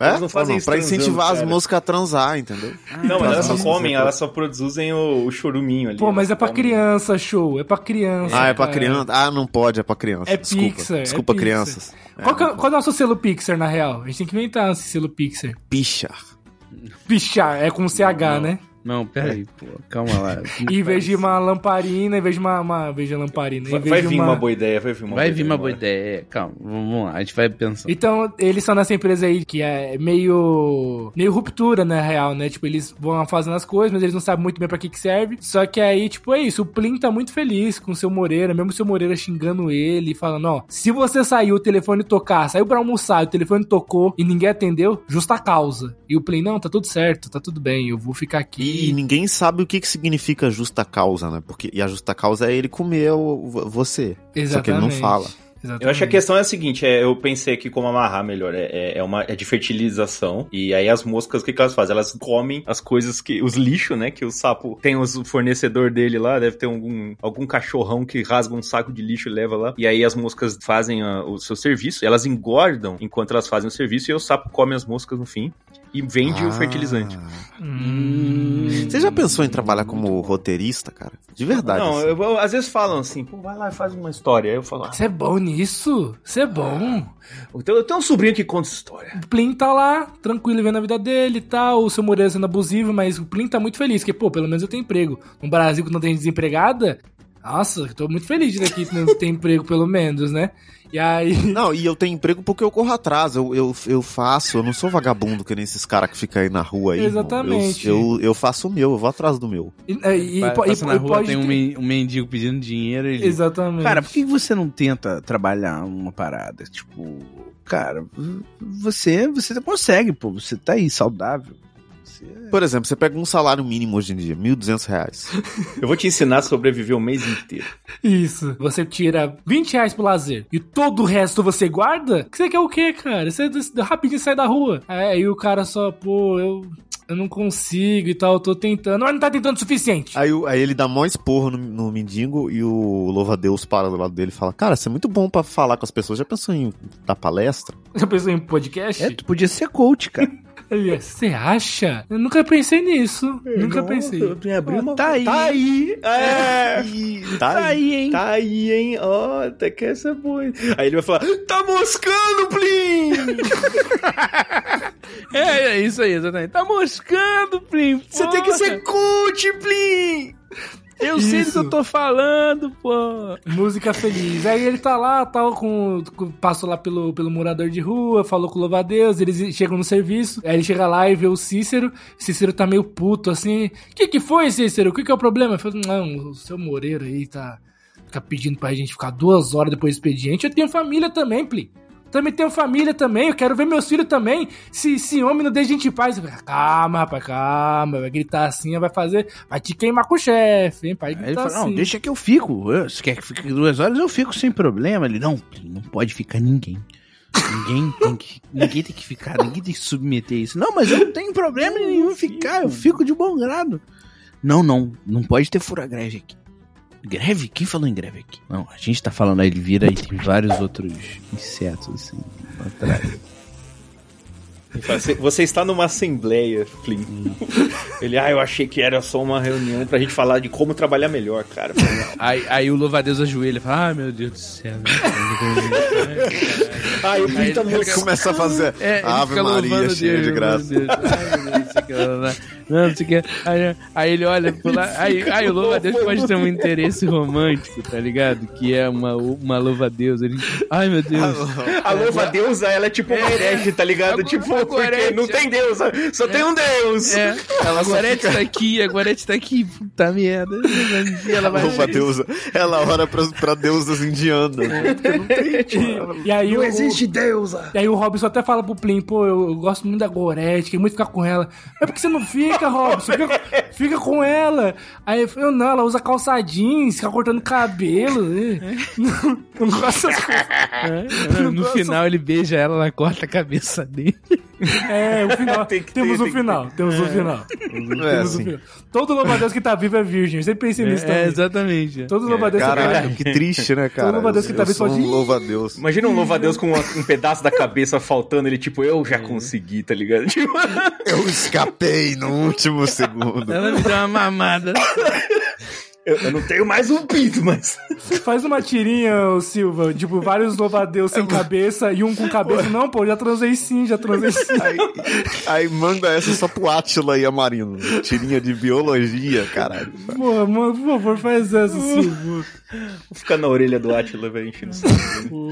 Speaker 4: Eles não fazem
Speaker 3: Ou
Speaker 4: isso
Speaker 3: pra
Speaker 4: transando,
Speaker 3: incentivar as
Speaker 4: cara.
Speaker 3: moscas a transar, entendeu?
Speaker 2: Ah,
Speaker 4: Não, mas elas só
Speaker 3: Nossa,
Speaker 4: comem,
Speaker 3: cara.
Speaker 4: elas só produzem o, o choruminho ali.
Speaker 2: tá
Speaker 4: né?
Speaker 2: Pô, mas é pra
Speaker 4: Comem.
Speaker 2: criança, show. É pra criança.
Speaker 3: Ah, é pra
Speaker 2: cara.
Speaker 3: criança? Ah, não pode, é pra criança.
Speaker 2: É
Speaker 3: Desculpa.
Speaker 2: Pixar, é
Speaker 3: Desculpa,
Speaker 2: Pixar.
Speaker 3: crianças.
Speaker 2: Qual, que é-
Speaker 3: não
Speaker 2: qual é o nosso selo Pixar, na real? A gente tem que inventar esse selo Pixar.
Speaker 3: pode. Pichar.
Speaker 2: Pichar, é com CH,
Speaker 1: Não.
Speaker 2: né?
Speaker 1: Não, peraí, pô, calma lá.
Speaker 2: Em vez de uma lamparina, em vez de uma... uma em vez de lamparina, em
Speaker 4: Vai,
Speaker 2: vez
Speaker 4: vai
Speaker 2: de
Speaker 4: vir uma boa ideia, vai vir uma
Speaker 1: Vai vir uma boa
Speaker 4: agora.
Speaker 1: ideia, é, calma, vamos lá, a gente vai pensando.
Speaker 2: Então, eles são nessa empresa aí que é meio. meio ruptura, na real, né? Tipo, eles vão fazendo as coisas, mas eles não sabem muito bem pra que que serve. Só que aí, tipo, é isso. O Plin tá muito feliz com o seu Moreira, mesmo o seu Moreira xingando ele, falando: ó, se você saiu, o telefone tocar, saiu pra almoçar, o telefone tocou e ninguém atendeu, justa causa. E o Plin, não, tá tudo certo, tá tudo bem, eu vou ficar
Speaker 3: E
Speaker 2: aqui.
Speaker 3: ninguém sabe o que, que significa justa causa, né? Porque, e a justa causa é ele comer o- vo- você. Só que ele não fala.
Speaker 2: Exatamente.
Speaker 4: Eu acho que a questão é a seguinte, é, eu pensei aqui como amarrar melhor, é, é- é uma é de fertilização, e aí as moscas, o que, que elas fazem? Elas comem as coisas que, os lixos, né, que o sapo tem os, o fornecedor dele lá, deve ter algum, algum cachorrão que rasga um saco de lixo e leva lá, e aí as moscas fazem ah, o seu serviço, elas engordam enquanto elas fazem o serviço, e aí o sapo come as moscas no fim, e vende o
Speaker 3: Ah.
Speaker 4: fertilizante.
Speaker 2: Hum.
Speaker 3: Você já pensou em trabalhar como roteirista, cara? De verdade.
Speaker 4: Não,
Speaker 3: assim.
Speaker 4: eu- eu- às vezes falam assim, pô, vai lá e faz uma história, aí eu falo, ah,
Speaker 2: Você é bom nisso? Você é bom?
Speaker 4: eu tenho- eu tenho um sobrinho que conta história.
Speaker 2: Plin tá lá, tranquilo, vendo a vida dele e tal, o seu Moreira sendo abusivo, mas o Plin tá muito feliz, porque, pô, pelo menos eu tenho emprego. No Brasil, que não tem desempregada, nossa, eu tô muito feliz de daqui não ter emprego, pelo menos, né? E aí...
Speaker 3: Não, e eu tenho emprego porque eu corro atrás, eu, eu, eu faço, eu não sou vagabundo que nem esses caras que ficam aí na rua aí. irmão.
Speaker 2: Exatamente.
Speaker 3: Eu, eu, eu faço o meu, eu vou atrás do meu.
Speaker 2: E, e, e,
Speaker 1: Pa-
Speaker 2: po- e-
Speaker 1: Passa na
Speaker 2: e
Speaker 1: rua, tem um,
Speaker 2: ter-
Speaker 1: men- um mendigo pedindo dinheiro ele...
Speaker 2: Exatamente.
Speaker 1: Cara, por que você não tenta trabalhar uma parada? Tipo, cara, v- você, você consegue, pô, você tá aí saudável. Você...
Speaker 3: Por exemplo, você pega um salário mínimo hoje em dia, 1.200 reais.
Speaker 4: Eu vou te ensinar a sobreviver o mês inteiro.
Speaker 2: Isso. Você tira 20 reais pro lazer e todo o resto você guarda? Que Você quer o quê, cara? Você des- rapidinho sai da rua. É, Aí o cara só, pô, eu... Eu não consigo e tal, eu tô tentando. Mas não tá tentando o suficiente.
Speaker 3: Aí, o- aí ele dá mó esporro no, no mendigo e o louva-a-Deus para do lado dele e fala: Cara, você é muito bom pra falar com as pessoas. Já pensou em dar palestra?
Speaker 2: Já pensou em um podcast?
Speaker 1: É, tu podia ser coach, cara.
Speaker 2: Ele, você acha? Eu nunca pensei nisso. nunca pensei.
Speaker 1: tá aí.
Speaker 4: Tá aí. É.
Speaker 3: Tá aí.
Speaker 1: hein?
Speaker 4: Tá aí, hein? Ó, até que essa é boa. hein? Aí ele vai falar: Tá moscando, Plim!
Speaker 1: É, é isso aí, exatamente. Tá moscando, Plim.
Speaker 4: Você tem que ser cult, Plim!
Speaker 1: Eu sei do
Speaker 2: Isso.
Speaker 1: que eu tô falando, pô.
Speaker 2: Música feliz. Aí ele tá lá, tal, com, com- passou lá pelo, pelo morador de rua, falou com o louva-a-Deus, eles chegam no serviço, aí ele chega lá e vê o Cícero, Cícero tá meio puto, assim, que que foi, Cícero? O que que é o problema? Eu falei, não, o seu Moreira aí tá, fica pedindo pra gente ficar duas horas depois do expediente, eu tenho família também, Plim. Também tenho família também, eu quero ver meus filhos também. Se esse homem não deixa a gente em paz, eu falei, calma, rapaz, calma, vai gritar assim, vai fazer, vai te queimar com o chefe, hein, pai,
Speaker 1: Aí
Speaker 2: gritar
Speaker 1: ele fala,
Speaker 2: assim.
Speaker 1: não, deixa que eu fico. Eu- Você quer que fique duas horas? Eu fico sem problema. Ele, não, Plim, não pode ficar ninguém. Ninguém tem que, ninguém tem que ficar, ninguém tem que submeter isso. Não, mas eu não tenho problema nenhum em ficar, eu fico de bom grado. Não, não, não pode ter fura greve aqui. Greve? Quem falou em greve aqui? Não, a gente tá falando, aí ele vira e tem vários outros insetos assim atrás.
Speaker 4: Ele fala, "Você- Você está numa assembleia, Plim. Ele, ah, eu achei que era só uma reunião pra gente falar de como trabalhar melhor, cara.
Speaker 1: Aí, aí o louvadeus ajoelha e fala: Ah, meu Deus do céu.
Speaker 4: Ah, eu Plim tá moscando.
Speaker 3: Começa a fazer
Speaker 1: É,
Speaker 3: Ave Maria, cheia de graça.
Speaker 1: é Não, não sei o que. Aí, aí ele olha por lá. Aí, aí o louva-a-Deus pode ter um interesse romântico, tá ligado? Que é uma, uma louva-a-Deus. Ele, ai meu Deus.
Speaker 4: A louva deusa, ela é tipo uma herege, tá ligado?
Speaker 1: Agora-
Speaker 4: Tipo,
Speaker 1: agora é-
Speaker 4: porque não tem deusa, só tem um deus.
Speaker 1: É, a Gorete tá aqui, a Gorete tá aqui, puta merda. Ela vai.
Speaker 3: Louva a deusa. Ela ora pra, pra deusas indianas.
Speaker 2: E aí o,
Speaker 4: deusa.
Speaker 2: E aí o Robson até fala pro Plim, pô, eu, eu gosto muito da Gorete, queria muito ficar com ela. Mas por que "É você não fica? Caraca, Robson, fica, fica com ela. Aí eu falei, não, ela usa calça jeans, fica cortando cabelo. né? Não, não gosto dessas coisas.
Speaker 1: No final ele beija ela, ela corta a cabeça dele.
Speaker 2: É, o final.
Speaker 4: Tem que ter,
Speaker 2: temos o
Speaker 4: tem que
Speaker 2: final, temos o final.
Speaker 3: É,
Speaker 2: Temos o
Speaker 3: assim.
Speaker 2: final. Todo louva a Deus que tá vivo é virgem, eu sempre pensei nisso
Speaker 1: É,
Speaker 2: também.
Speaker 1: exatamente.
Speaker 2: Todo louva
Speaker 4: é,
Speaker 2: a Deus que tá
Speaker 3: Caralho,
Speaker 2: vivo.
Speaker 3: que triste, né, cara?
Speaker 2: louva a Deus que
Speaker 3: Eu
Speaker 2: talvez
Speaker 3: sou
Speaker 2: pode-
Speaker 3: um louva a Deus.
Speaker 4: Imagina um louva-a-Deus com uma- um pedaço da cabeça faltando, ele tipo, eu já consegui, tá ligado? Tipo,
Speaker 3: Eu escapei no último segundo.
Speaker 1: Ela me deu uma mamada.
Speaker 4: eu, eu não tenho mais um pinto, mas...
Speaker 2: Faz uma tirinha, ô Silva, tipo, vários louva a Deus
Speaker 4: É,
Speaker 2: sem cabeça e um com cabeça. Não, pô, já transei sim, já transei sim.
Speaker 3: Aí, aí manda essa só pro Átila e Amarino. Tirinha de biologia, caralho.
Speaker 2: Porra, mano, por favor, faz essa, Silva.
Speaker 4: Vou ficar na orelha do Atila, velho, enchendo o saco.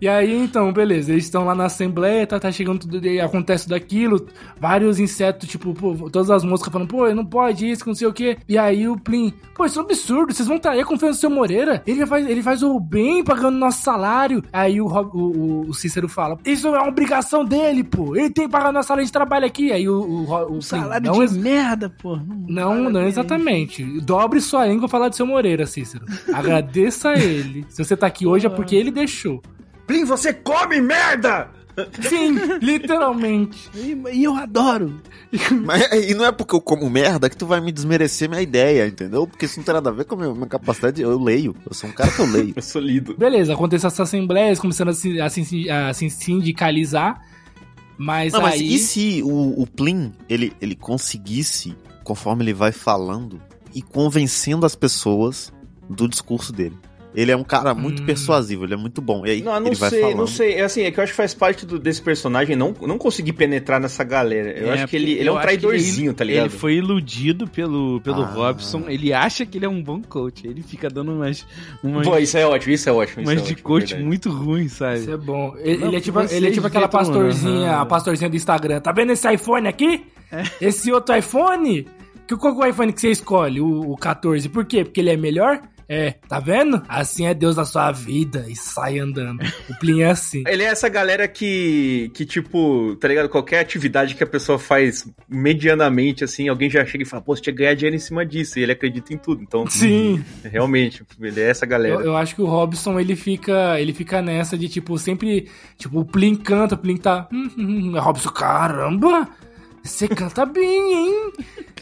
Speaker 2: E aí, então, beleza, eles estão lá na assembleia, tá, tá chegando tudo, e acontece daquilo, vários insetos, tipo, pô, todas as moscas falando, pô, não pode isso, que não sei o quê. E aí o Plim, pô, isso é um absurdo, vocês vão trair confiando no seu Moreira? Ele faz, ele faz o bem pagando nosso salário. Aí o, Rob- o, o- o Cícero fala, isso é uma obrigação dele, pô, ele tem que pagar nosso salário de trabalho aqui. Aí o, o, Ro- o Plim, não, ex-
Speaker 1: merda, porra.
Speaker 2: não, não exatamente. Dobre sua língua e falar do seu Moreira, Cícero. Agradeça a ele. Se você tá aqui hoje é porque ele deixou.
Speaker 4: Plim, você come merda!
Speaker 2: Sim, literalmente.
Speaker 1: E, eu adoro.
Speaker 3: Mas, e não é porque eu como merda que tu vai me desmerecer minha ideia, entendeu? Porque isso não tem nada a ver com a minha, minha capacidade. de- Eu leio. Eu sou um cara que eu leio.
Speaker 4: Eu sou lido.
Speaker 2: Beleza, aconteceu essas assembleias começando a se, a se- a se sindicalizar, mas
Speaker 3: Não, mas
Speaker 2: aí...
Speaker 3: e se o, o Plin, ele, ele conseguisse, conforme ele vai falando, e convencendo as pessoas do discurso dele? Ele é um cara muito
Speaker 2: Hum.
Speaker 3: persuasivo, ele é muito bom. E aí
Speaker 4: Não, eu não
Speaker 3: ele vai
Speaker 4: sei,
Speaker 3: falando.
Speaker 4: não sei. É assim, é que eu acho que faz parte do- desse personagem não, não conseguir penetrar nessa galera. Eu acho que ele, ele é um traidorzinho, tá ligado?
Speaker 1: Ele foi iludido pelo, pelo
Speaker 3: Ah.
Speaker 1: Robson. Ele acha que ele é um bom coach. Ele fica dando umas, umas,
Speaker 4: Pô, isso é ótimo, isso é ótimo.
Speaker 1: umas
Speaker 4: isso é
Speaker 1: de
Speaker 4: ótimo,
Speaker 1: coach
Speaker 4: verdade.
Speaker 1: muito ruim, sabe?
Speaker 2: Isso é bom. Ele,
Speaker 1: Não,
Speaker 2: ele é tipo, ele é
Speaker 1: vocês
Speaker 2: tipo aquela
Speaker 1: ditam,
Speaker 2: pastorzinha,
Speaker 1: aham. É.
Speaker 2: a pastorzinha do Instagram. Tá vendo esse iPhone aqui? Esse outro iPhone? Que, qual que é o iPhone que você escolhe? O, o 14. Por quê? Porque ele é melhor? É, tá vendo? Assim é Deus na sua vida e sai andando. O Plin é assim.
Speaker 4: Ele é essa galera que, que, tipo, tá ligado? Qualquer atividade que a pessoa faz medianamente, assim, alguém já chega e fala, pô, você tinha que ganhar dinheiro em cima disso, e ele acredita em tudo. Então,
Speaker 2: Sim.
Speaker 4: realmente, ele é essa galera.
Speaker 2: Eu, eu acho que o Robson, ele fica, ele fica nessa de, tipo, sempre... Tipo, o Plin canta, o Plin tá... Hum, hum, hum." Aí o Robson, caramba! Você canta bem, hein?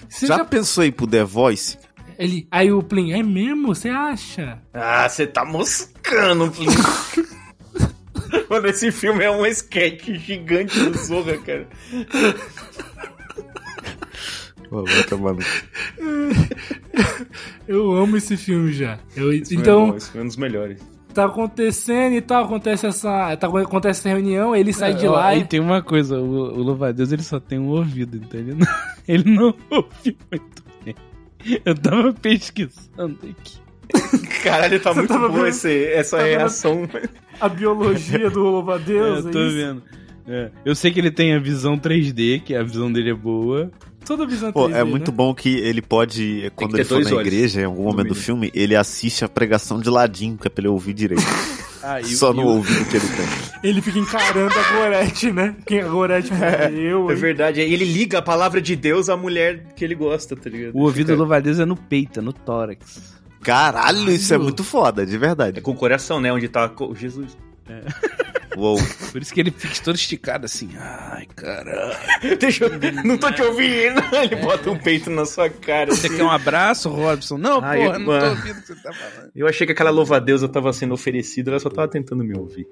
Speaker 2: Você
Speaker 3: Já
Speaker 2: já-
Speaker 3: pensou em ir pro The Voice?
Speaker 2: Ele, aí o Plin, é mesmo? Você acha?
Speaker 4: Ah, você tá moscando, Plínio. Mano, esse filme é um sketch gigante do Zorra, cara.
Speaker 3: Pô, vai tomar no cu.
Speaker 2: Eu amo esse filme já. Eu-
Speaker 4: Esse filme é
Speaker 2: então,
Speaker 4: bom, esse filme é um dos melhores.
Speaker 2: tá acontecendo e tal, acontece essa, tá, acontece essa reunião, ele sai de
Speaker 1: Ó,
Speaker 2: lá
Speaker 1: Aí
Speaker 2: e...
Speaker 1: tem uma coisa, o, o Louvadeus ele só tem um ouvido, então ele não, ele não ouve muito bem. Eu tava pesquisando aqui.
Speaker 4: Caralho, tá muito
Speaker 2: tava
Speaker 4: bom
Speaker 2: vendo-
Speaker 4: esse, essa
Speaker 2: tava vendo-
Speaker 4: reação.
Speaker 2: A biologia do Louva-Deus,
Speaker 1: É,
Speaker 2: é
Speaker 1: eu tô
Speaker 2: isso?
Speaker 1: vendo. É, Eu sei que ele tem a visão 3D, que a visão dele é boa.
Speaker 2: Toda visão
Speaker 3: Pô, é
Speaker 2: 3D,
Speaker 3: muito
Speaker 2: né?
Speaker 3: bom que ele pode, quando
Speaker 4: ter
Speaker 3: ele for
Speaker 4: dois
Speaker 3: na
Speaker 4: olhos,
Speaker 3: igreja, em algum momento
Speaker 4: mínimo.
Speaker 3: do filme, ele assiste a pregação de ladinho, que é pra ele ouvir direito.
Speaker 1: Ah, e o-
Speaker 3: Só
Speaker 1: e
Speaker 3: no
Speaker 1: o-
Speaker 3: ouvido que ele tem.
Speaker 2: Ele fica encarando a Gorete, né? Quem a Gorete morreu,
Speaker 4: É
Speaker 2: hein?
Speaker 4: verdade. E ele liga a palavra de Deus à mulher que ele gosta, tá ligado?
Speaker 1: O ouvido do
Speaker 4: Fica-
Speaker 1: Louvadeus é no peito, é no tórax.
Speaker 3: Caralho, isso é muito foda, de
Speaker 4: É
Speaker 3: verdade.
Speaker 4: com o coração, né? Onde tá co- Jesus.
Speaker 3: Uou.
Speaker 1: Por isso que ele fica todo esticado assim. Ai, caralho.
Speaker 4: Deixa eu... Não tô te ouvindo. Ele bota um peito na sua cara.
Speaker 1: Você quer um abraço, Robson? Não,
Speaker 4: Ai,
Speaker 1: porra,
Speaker 4: eu-
Speaker 1: não
Speaker 4: mano.
Speaker 1: tô ouvindo o que você tá falando.
Speaker 4: Eu achei que aquela louva-a-deusa tava sendo oferecida, ela só tava tentando me ouvir.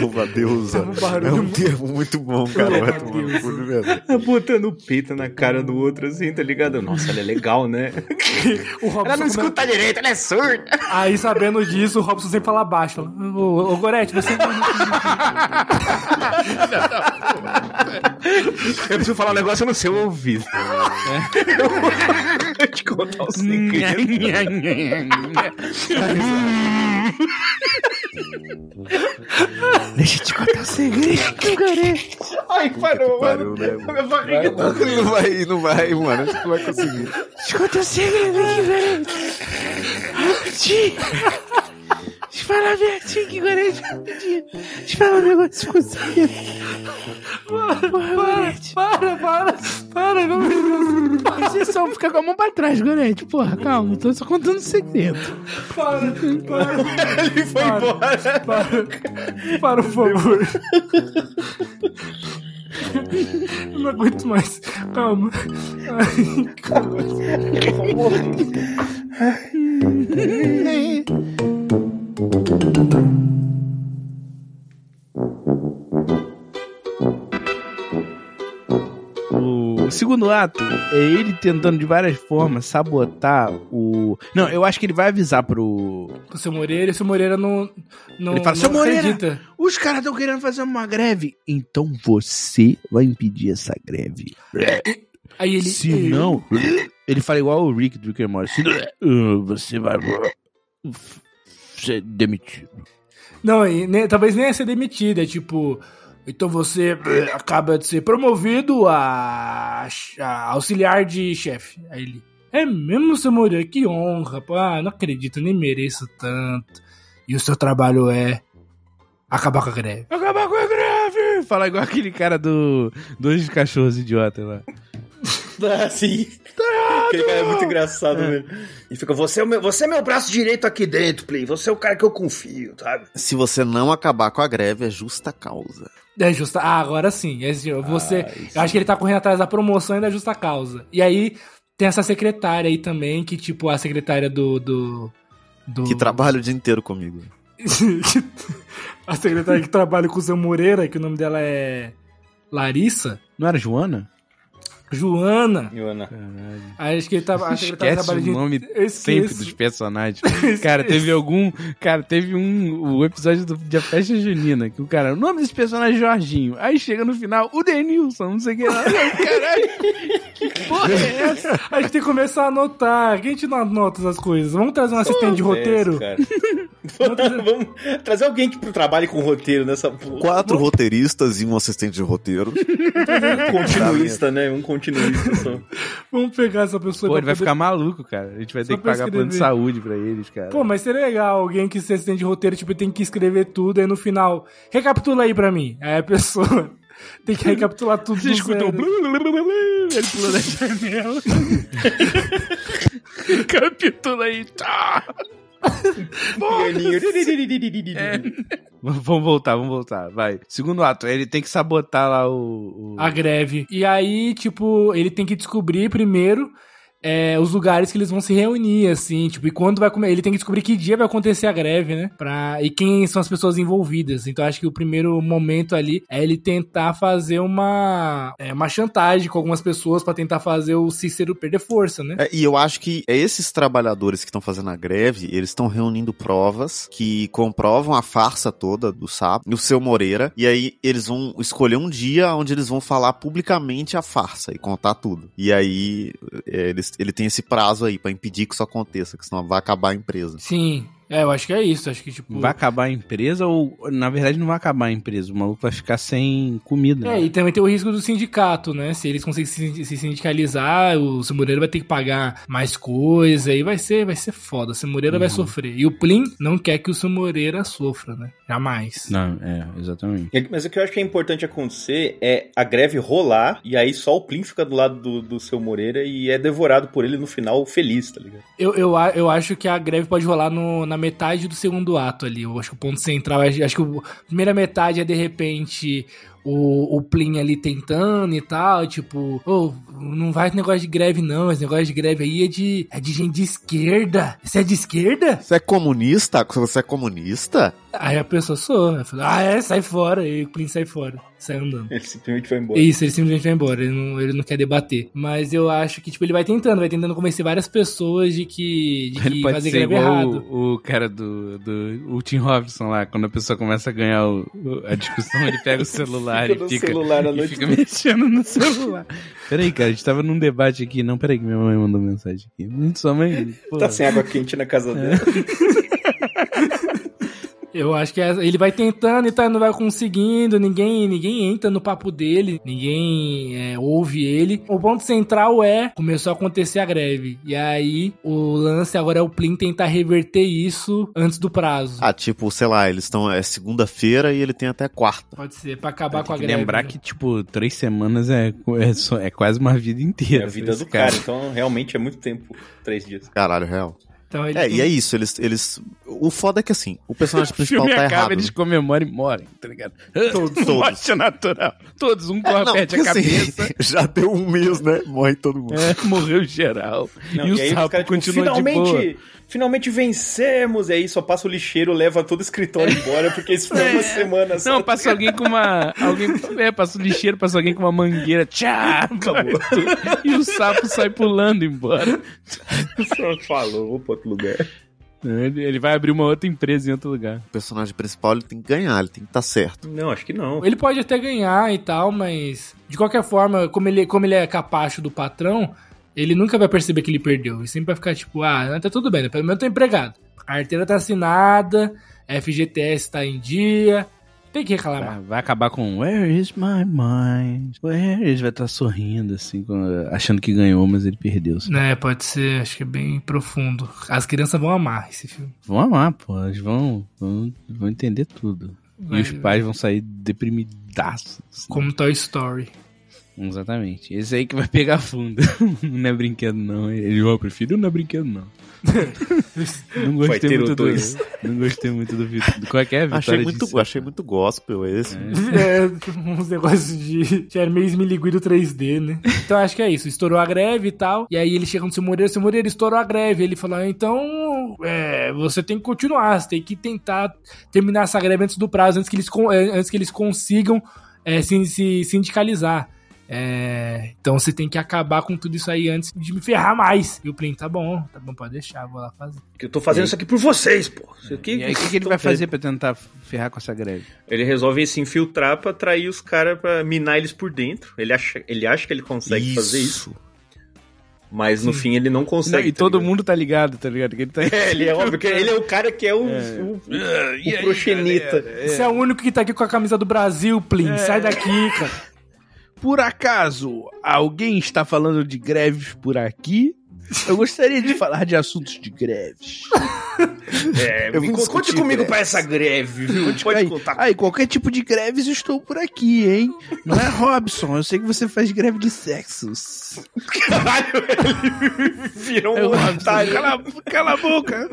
Speaker 3: Louva a Deus.
Speaker 2: É
Speaker 3: É
Speaker 2: um barulho
Speaker 3: um
Speaker 2: muito-
Speaker 3: termo muito bom, cara.
Speaker 2: Louva a
Speaker 3: Vai tomar no
Speaker 2: Deus.
Speaker 3: cu de verdade.
Speaker 4: Tá Botando o peito na cara do outro, assim, tá ligado? Nossa, ela é legal, né?
Speaker 2: O Robson
Speaker 4: Ela não
Speaker 2: começa-
Speaker 4: escuta direito, ela é surda.
Speaker 2: Aí, sabendo disso, o Robson sempre fala baixo. fala, Ô, ô Gorete, você.
Speaker 4: Eu preciso falar um negócio no seu ouvido. Eu vou te contar um segredo.
Speaker 1: Deixa eu te contar um segredo, cara.
Speaker 4: Ai, parou, mano.
Speaker 3: Pariu, né?
Speaker 4: Minha barriga tá doendo.
Speaker 3: Não vai, não vai, mano. Acho que tu vai conseguir.
Speaker 1: Te contar um segredo aqui, velho. Te... te falar certinho aqui Gorete, rapidinho. Deixa eu falar um negócio com você. Porra, Gorete.
Speaker 2: Para, para, para, meu Deus.
Speaker 1: Você só é um- fica com a mão pra trás, Gorete. Porra, calma, tô só contando um segredo.
Speaker 2: Para, para.
Speaker 4: Ele foi
Speaker 2: Para.
Speaker 4: embora.
Speaker 2: Para, para, por favor. Eu não aguento mais. Calma. Ai, calma.
Speaker 1: O segundo ato é ele tentando de várias formas sabotar o. Não, eu acho que ele vai avisar pro.
Speaker 2: O seu Moreira, o seu Moreira não. não
Speaker 1: Ele fala,
Speaker 2: não
Speaker 1: "Seu Moreira!"
Speaker 2: acredita.
Speaker 1: Os caras estão querendo fazer uma greve. Então você vai impedir essa greve.
Speaker 2: Aí ele.
Speaker 1: Se não. Ele fala igual o Rick do Rick and Morty. Se não, você vai. Ser demitido.
Speaker 2: Não, e ne- talvez nem ia ser demitido, é tipo. Então você eh, acaba de ser promovido a, a auxiliar de chefe. Aí ele. É mesmo, seu Moreira? Que honra, pô. Ah, não acredito, nem mereço tanto. E o seu trabalho é acabar com a greve.
Speaker 1: Acabar com a greve! Fala igual aquele cara do. Dois cachorros idiota né? lá.
Speaker 4: Ah, sim.
Speaker 1: Tá
Speaker 4: Aquele cara é muito engraçado mesmo. E fica, você é, o meu, você é meu braço direito aqui dentro, Play. Você é o cara que eu confio, sabe?
Speaker 3: Se você não acabar com a greve, é justa causa.
Speaker 2: É justa. Ah, agora sim. É assim, você. eu acho que ele tá correndo atrás da promoção e da justa causa. E aí tem essa secretária aí também, que, tipo, a secretária do. do, do
Speaker 3: Que trabalha o dia inteiro comigo.
Speaker 2: a secretária que trabalha com o Zé Moreira, que o nome dela é Larissa,
Speaker 1: Não era Joana?
Speaker 2: Joana.
Speaker 4: Joana.
Speaker 1: Caralho.
Speaker 2: Aí acho que ele tava, a secretária
Speaker 1: Esquece
Speaker 2: trabalha
Speaker 1: o
Speaker 2: de...
Speaker 1: nome
Speaker 2: Eu esqueço.
Speaker 1: sempre dos personagens. Cara, teve algum. Cara, teve um. O episódio do, de A Festa Junina, que o cara. O nome desse personagem é Jorginho. Aí chega no final, o Denilson, não sei o que lá. Caralho! Que porra é essa?
Speaker 2: A gente tem que começar a anotar. Quem a gente não anota essas coisas? Vamos trazer um assistente de roteiro?
Speaker 4: Vamos, trazer- vamos trazer alguém que trabalhe com roteiro nessa porra.
Speaker 3: Quatro roteiristas e um assistente de roteiro.
Speaker 4: Um continuista, né? Um continuista só.
Speaker 2: Vamos pegar essa pessoa.
Speaker 1: Pô,
Speaker 2: pra
Speaker 1: ele vai
Speaker 2: poder-
Speaker 1: ficar maluco, cara. A gente vai ter
Speaker 2: Só
Speaker 1: que
Speaker 2: pra
Speaker 1: pagar plano de
Speaker 2: escrever.
Speaker 1: saúde pra eles, cara.
Speaker 2: Pô, mas seria legal alguém que seja assistente de roteiro, tipo, tem que escrever tudo, aí no final, recapitula aí pra mim. Aí a pessoa tem que recapitular tudo.
Speaker 1: Você um
Speaker 2: do
Speaker 1: escutou o
Speaker 2: zero.
Speaker 1: blu, blu, blu, blu, blu, ele pulou da janela. Capitula aí. Tá.
Speaker 4: Pianinho.
Speaker 1: É. Vamos voltar, vamos voltar. Vai. Segundo ato, ele tem que sabotar lá o. o-
Speaker 2: A greve. E aí, tipo, ele tem que descobrir primeiro é, os lugares que eles vão se reunir, assim, tipo, e quando vai comer. Ele tem que descobrir que dia vai acontecer a greve, né? Pra, e quem são as pessoas envolvidas. Então, acho que o primeiro momento ali é ele tentar fazer uma, é, uma chantagem com algumas pessoas pra tentar fazer o Cícero perder força, né?
Speaker 3: É, e eu acho que é esses trabalhadores que estão fazendo a greve, eles estão reunindo provas que comprovam a farsa toda do sapo, o seu Moreira, e aí eles vão escolher um dia onde eles vão falar publicamente a farsa e contar tudo. E aí é, eles, ele tem esse prazo aí pra impedir que isso aconteça, que senão vai acabar a empresa.
Speaker 2: Sim. É, eu acho que é isso. Acho que, tipo.
Speaker 1: Vai acabar a empresa ou. Na verdade, não vai acabar a empresa. O maluco vai ficar sem comida.
Speaker 2: É,
Speaker 1: né?
Speaker 2: e também tem o risco do sindicato, né? Se eles conseguirem se- se sindicalizar, o seu Moreira vai ter que pagar mais coisa e vai ser, vai ser foda. O seu Moreira
Speaker 1: Uhum.
Speaker 2: vai sofrer. E o Plim não quer que o seu Moreira sofra, né? Jamais.
Speaker 1: Não, é, exatamente.
Speaker 4: É, Mas o que eu acho que é importante acontecer é a greve rolar e aí só o Plim fica do lado do, do seu Moreira e é devorado por ele no final feliz, tá ligado?
Speaker 2: Eu, eu, a- eu acho que a greve pode rolar no- na metade do segundo ato ali. Eu acho que o ponto central, é- acho que o- a primeira metade é de repente o, o Plin ali tentando e tal, tipo, ô, não vai esse negócio de greve não, esse negócio de greve aí é de, é de gente de esquerda. Você é de esquerda?
Speaker 3: Você é comunista? Você é comunista?
Speaker 2: Aí a pessoa soa, né? Fala, ah, é, sai fora. E o Clint sai fora, sai andando. É
Speaker 4: Ele simplesmente foi embora.
Speaker 2: Isso, ele simplesmente vai embora, ele não, ele não quer debater. Mas eu acho que, tipo, ele vai tentando, vai tentando convencer várias pessoas de que, de
Speaker 1: Ele
Speaker 2: que
Speaker 1: pode
Speaker 2: fazer
Speaker 1: ser
Speaker 2: greve é
Speaker 1: igual
Speaker 2: errado.
Speaker 1: o, o cara do, do. O Tim Robson lá, quando a pessoa começa a ganhar o- o- a discussão, ele pega o celular
Speaker 4: Fica
Speaker 1: e
Speaker 4: no
Speaker 1: fica.
Speaker 4: celular a
Speaker 1: e
Speaker 4: noite
Speaker 1: fica mexendo no celular. Peraí, cara, a gente tava num debate aqui. Não, peraí, que minha mãe mandou mensagem aqui. Sua mãe. Pô, É.
Speaker 4: Tá sem água quente na casa dele.
Speaker 2: Eu acho que é- ele vai tentando e tá, não vai conseguindo, ninguém, ninguém entra no papo dele, ninguém é, ouve ele. O ponto central é, começou a acontecer a greve. E aí, o lance agora é o Plin tentar reverter isso antes do prazo.
Speaker 3: Ah, tipo, sei lá, eles estão. É segunda-feira e ele tem até quarta.
Speaker 2: Pode ser, pra acabar
Speaker 1: Tem
Speaker 2: com a
Speaker 1: que
Speaker 2: greve.
Speaker 1: lembrar
Speaker 2: né?
Speaker 1: que, tipo, três semanas é, é, só- é quase uma vida
Speaker 4: É
Speaker 1: inteira.
Speaker 4: a vida
Speaker 1: pra
Speaker 4: do
Speaker 1: esse
Speaker 4: cara, então realmente é muito tempo, três dias.
Speaker 3: Caralho, real.
Speaker 2: Então, ele
Speaker 3: É,
Speaker 2: tem-
Speaker 3: e é isso, eles, eles. O foda é que assim, o personagem
Speaker 1: O
Speaker 3: principal
Speaker 1: filme
Speaker 3: tá
Speaker 1: acaba,
Speaker 3: errado.
Speaker 1: eles comemoram e morrem, tá ligado?
Speaker 3: Todos.
Speaker 1: Morte natural. Todos, um corre, perde a
Speaker 3: porque, assim,
Speaker 1: cabeça.
Speaker 3: já deu um mês, né? Morre todo mundo.
Speaker 1: É, morreu geral.
Speaker 4: Não,
Speaker 1: e o
Speaker 4: aí os
Speaker 1: sapo
Speaker 4: caras, tipo,
Speaker 1: continua de boa.
Speaker 4: finalmente, finalmente vencemos! E aí só passa o lixeiro, leva todo o escritório embora, porque isso foi uma semana só.
Speaker 1: É. Não, passa alguém com uma. Alguém, é, passa o lixeiro, passa alguém com uma mangueira. Tchá!
Speaker 4: Acabou.
Speaker 1: E o sapo sai pulando embora.
Speaker 4: Só Falou, vou pra outro lugar.
Speaker 1: Ele, ele vai abrir uma outra empresa em outro lugar.
Speaker 3: O personagem principal ele tem que ganhar, ele tem que estar certo.
Speaker 4: Não, acho que não.
Speaker 2: Ele pode até ganhar e tal, mas de qualquer forma, como ele, como ele é capacho do patrão, ele nunca vai perceber que ele perdeu. Ele sempre vai ficar tipo, ah, tá tudo bem, né? pelo menos eu tô empregado. A carteira tá assinada, a FGTS tá em dia, tem que reclamar.
Speaker 1: Ah, vai acabar com Where is my mind? Where is? Vai estar sorrindo, assim, com- achando que ganhou, mas ele perdeu. assim.
Speaker 2: Né, pode ser, acho que é bem profundo. As crianças vão amar esse filme.
Speaker 1: Vão amar, pô. Eles vão, vão, vão entender tudo.
Speaker 2: Vai-
Speaker 1: E os pais vão sair deprimidaços. assim.
Speaker 2: Como Toy Story.
Speaker 1: Exatamente. Esse aí que vai pegar fundo. não é brinquedo, não. Ele, eu prefiro não é brinquedo, não. não
Speaker 4: Vai
Speaker 1: gostei
Speaker 4: ter o
Speaker 1: muito do.
Speaker 4: dois.
Speaker 1: Não gostei muito do é, Vitor. Do qualquer vitória
Speaker 3: Achei
Speaker 1: de
Speaker 3: muito,
Speaker 1: Santa.
Speaker 3: achei muito gospel esse.
Speaker 2: É, uns negócios de. Era meio esmilinguido 3D, né? Então acho que é isso. Estourou a greve e tal. E aí ele chega no seu Moreira, seu Moreira estourou a greve. Ele falou: "Ah, então, é, você tem que continuar, você tem que tentar terminar essa greve antes do prazo, antes que eles, con- é, antes que eles consigam é, se, se sindicalizar. É, então você tem que acabar com tudo isso aí antes de me ferrar mais. E o Plin, tá bom, tá bom, pode deixar, vou lá fazer.
Speaker 4: Eu tô fazendo isso aqui por vocês, pô. Isso aqui... Então,
Speaker 1: E aí, o que, que ele vai fazer pra tentar ferrar com essa greve?
Speaker 4: Ele resolve se infiltrar pra atrair os caras, pra minar eles por dentro. Ele acha, ele acha que ele consegue fazer isso, mas no fim ele não
Speaker 1: Não,
Speaker 4: consegue.
Speaker 1: e
Speaker 4: tá
Speaker 1: todo
Speaker 4: ligado?
Speaker 1: mundo tá ligado, tá ligado? Que ele tá.
Speaker 4: É, ele é óbvio que ele é o cara que é o, o,
Speaker 1: Ah,
Speaker 4: o proxeneta.
Speaker 2: Você é o único que tá aqui com a camisa do Brasil, Plin. Sai daqui, cara.
Speaker 1: Por acaso, alguém está falando de greves por aqui? Eu gostaria de falar de assuntos de greves.
Speaker 4: É,
Speaker 3: Eu vim
Speaker 4: con- conte
Speaker 3: discutir
Speaker 4: comigo
Speaker 3: greves.
Speaker 4: pra essa greve, viu? Pode
Speaker 1: né? aí,
Speaker 4: contar.
Speaker 1: aí, qualquer tipo de greves eu estou por aqui, hein? Não é Robson, eu sei que você faz greve de sexos.
Speaker 4: Caralho, ele virou
Speaker 1: É o
Speaker 4: um
Speaker 1: Robson.
Speaker 4: otário.
Speaker 1: Cala, cala a boca.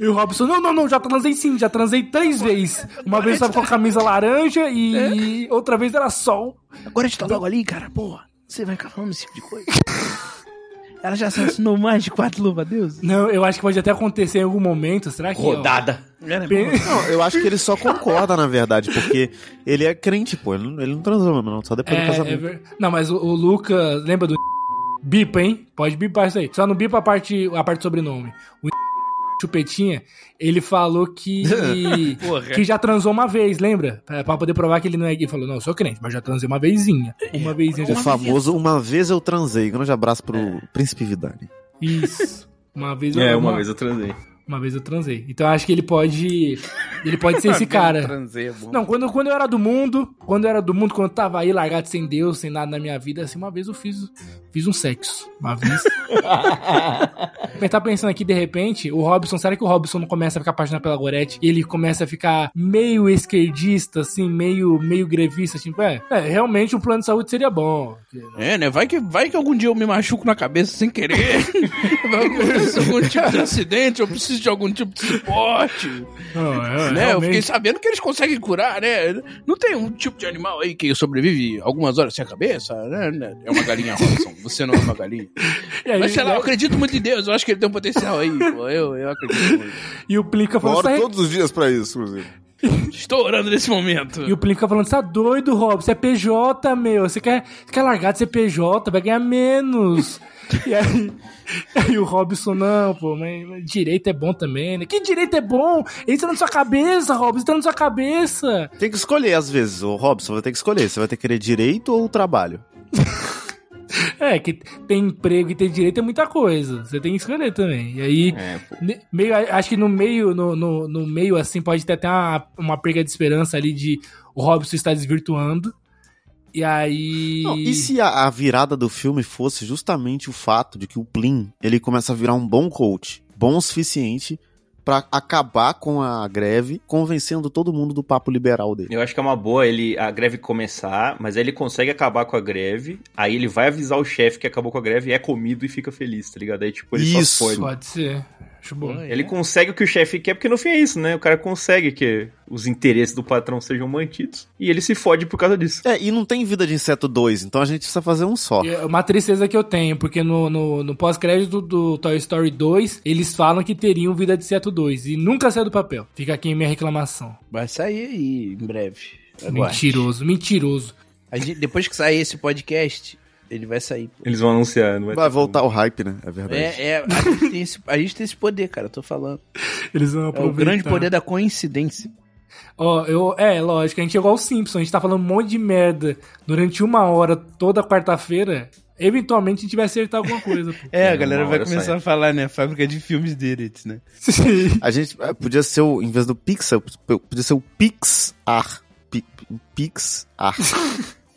Speaker 2: E o Robson, não, não, não, já transei sim, já transei três vezes. Uma vez tava com a camisa laranja e outra vez era sol.
Speaker 1: Agora está logo ali, cara. Porra, você vai ficar falando esse tipo de coisa. Ela já se assinou mais de quatro louva-a-Deus.
Speaker 2: Não, eu acho que pode até acontecer em algum momento, será que... ó,
Speaker 4: Rodada.
Speaker 2: pe-
Speaker 3: Não, eu acho que ele só concorda, na verdade, porque ele é crente, pô. Ele não, ele não transou mesmo, não. Só depois do
Speaker 2: É, é
Speaker 3: casamento.
Speaker 2: ver- Não, mas o, o Lucas, lembra do... Bipa, hein? Pode bipar isso aí. Só não bipa a parte, a parte sobrenome. O Chupetinha, ele falou que...
Speaker 1: Porra.
Speaker 2: que já transou uma vez, lembra? Pra, pra poder provar que ele não é gay. Ele falou, não, eu sou crente, mas já transei uma vezinha. Uma vezinha já
Speaker 3: O famoso Uma Vez Eu Transei. Um Grande abraço pro
Speaker 1: É.
Speaker 3: Príncipe Vidani.
Speaker 2: Isso. Uma vez
Speaker 4: É, uma vez eu transei.
Speaker 2: Uma vez eu transei. Então eu acho que ele pode. Ele pode ser esse cara.
Speaker 1: é
Speaker 2: Não, quando, quando eu era do mundo, quando eu era do mundo, quando eu tava aí largado sem Deus, sem nada na minha vida, assim, uma vez eu fiz, fiz um sexo. Uma vez. Mas tá pensando aqui, de repente, o Robson, será que o Robson não começa a ficar apaixonado pela Gorete e ele começa a ficar meio esquerdista, assim, meio, meio grevista, assim, é, é, realmente um plano de saúde seria bom.
Speaker 1: É, né? Vai que, vai que algum dia eu me machuco na cabeça sem querer. Vai acontecer algum tipo de acidente, eu preciso de algum tipo de suporte.
Speaker 2: Não,
Speaker 1: né? Eu
Speaker 2: é, realmente.
Speaker 1: fiquei sabendo que eles conseguem curar, né? Não tem um tipo de animal aí que sobrevive algumas horas sem a cabeça, né? É uma galinha Robson, você não é uma galinha.
Speaker 2: E aí,
Speaker 1: Mas sei lá,
Speaker 2: né?
Speaker 1: eu acredito muito em Deus, eu acho que ele tem um potencial aí, pô. Eu, eu acredito muito.
Speaker 2: E o Plica falou, tá "Sai-
Speaker 3: os dias pra isso, inclusive.
Speaker 1: Estou orando nesse momento.
Speaker 2: E o Plínio fica falando, você tá doido, Rob? Você é PJ, meu. Você quer, você quer largar de ser PJ, vai ganhar menos. e aí, aí o Robson, não, pô, mas mas direito é bom também, né? Que direito é bom? Ele tá na sua cabeça, Robson, ele tá na sua cabeça.
Speaker 3: Tem que escolher, às vezes. O Robson vai ter que escolher. Você vai ter que querer direito ou trabalho?
Speaker 2: É, que tem emprego e tem direito é muita coisa. Você tem que escolher também. E aí,
Speaker 4: É, pô.
Speaker 2: ne- meio, acho que no meio, no, no, no meio, assim, pode ter até uma, uma perca de esperança ali de o Robson está desvirtuando. E aí.
Speaker 3: Não, e se a, a virada do filme fosse justamente o fato de que o Plin ele começa a virar um bom coach, bom o suficiente pra acabar com a greve, convencendo todo mundo do papo liberal dele?
Speaker 4: Eu acho que é uma boa ele a greve começar, mas aí ele consegue acabar com a greve, aí ele vai avisar o chefe que acabou com a greve, é comido e fica feliz, tá ligado? Aí, tipo, ele
Speaker 3: Isso.
Speaker 4: só foi.
Speaker 2: Pode ser. Acho bom.
Speaker 1: Olha.
Speaker 4: Ele consegue o que o chefe quer, porque no fim é isso, né? O cara consegue que os interesses do patrão sejam mantidos e ele se fode por causa disso.
Speaker 3: É, e não tem vida de inseto 2, então a gente precisa fazer um só.
Speaker 2: E é Uma tristeza que eu tenho, porque no, no, no pós-crédito do Toy Story 2, eles falam que teriam Vida de Seto 2 e nunca saiu do papel. Fica aqui a minha reclamação.
Speaker 1: Vai sair aí em breve. Aguarde.
Speaker 2: Mentiroso, mentiroso.
Speaker 1: A gente- depois que sair esse podcast, ele vai sair. pô.
Speaker 4: Eles vão anunciar, não vai,
Speaker 3: Vai
Speaker 4: ter um.
Speaker 3: voltar o hype, né? É verdade.
Speaker 1: É, é, a, gente tem esse, a gente tem esse poder, cara, eu tô falando.
Speaker 2: Eles vão
Speaker 1: É o
Speaker 2: aproveitar.
Speaker 1: grande poder da coincidência.
Speaker 2: Ó, eu, é, lógico, a gente é igual o Simpson, a gente tá falando um monte de merda durante uma hora toda quarta-feira. Eventualmente a gente vai acertar alguma coisa, pô.
Speaker 1: É, a
Speaker 4: É,
Speaker 1: galera
Speaker 4: uma
Speaker 1: vai
Speaker 4: hora
Speaker 1: começar
Speaker 4: sai.
Speaker 1: a falar, né? Fábrica de filmes deles, né?
Speaker 2: Sim.
Speaker 3: A gente é, podia ser, o, em vez do Pixar, podia ser o Pixar. Pi- Pixar.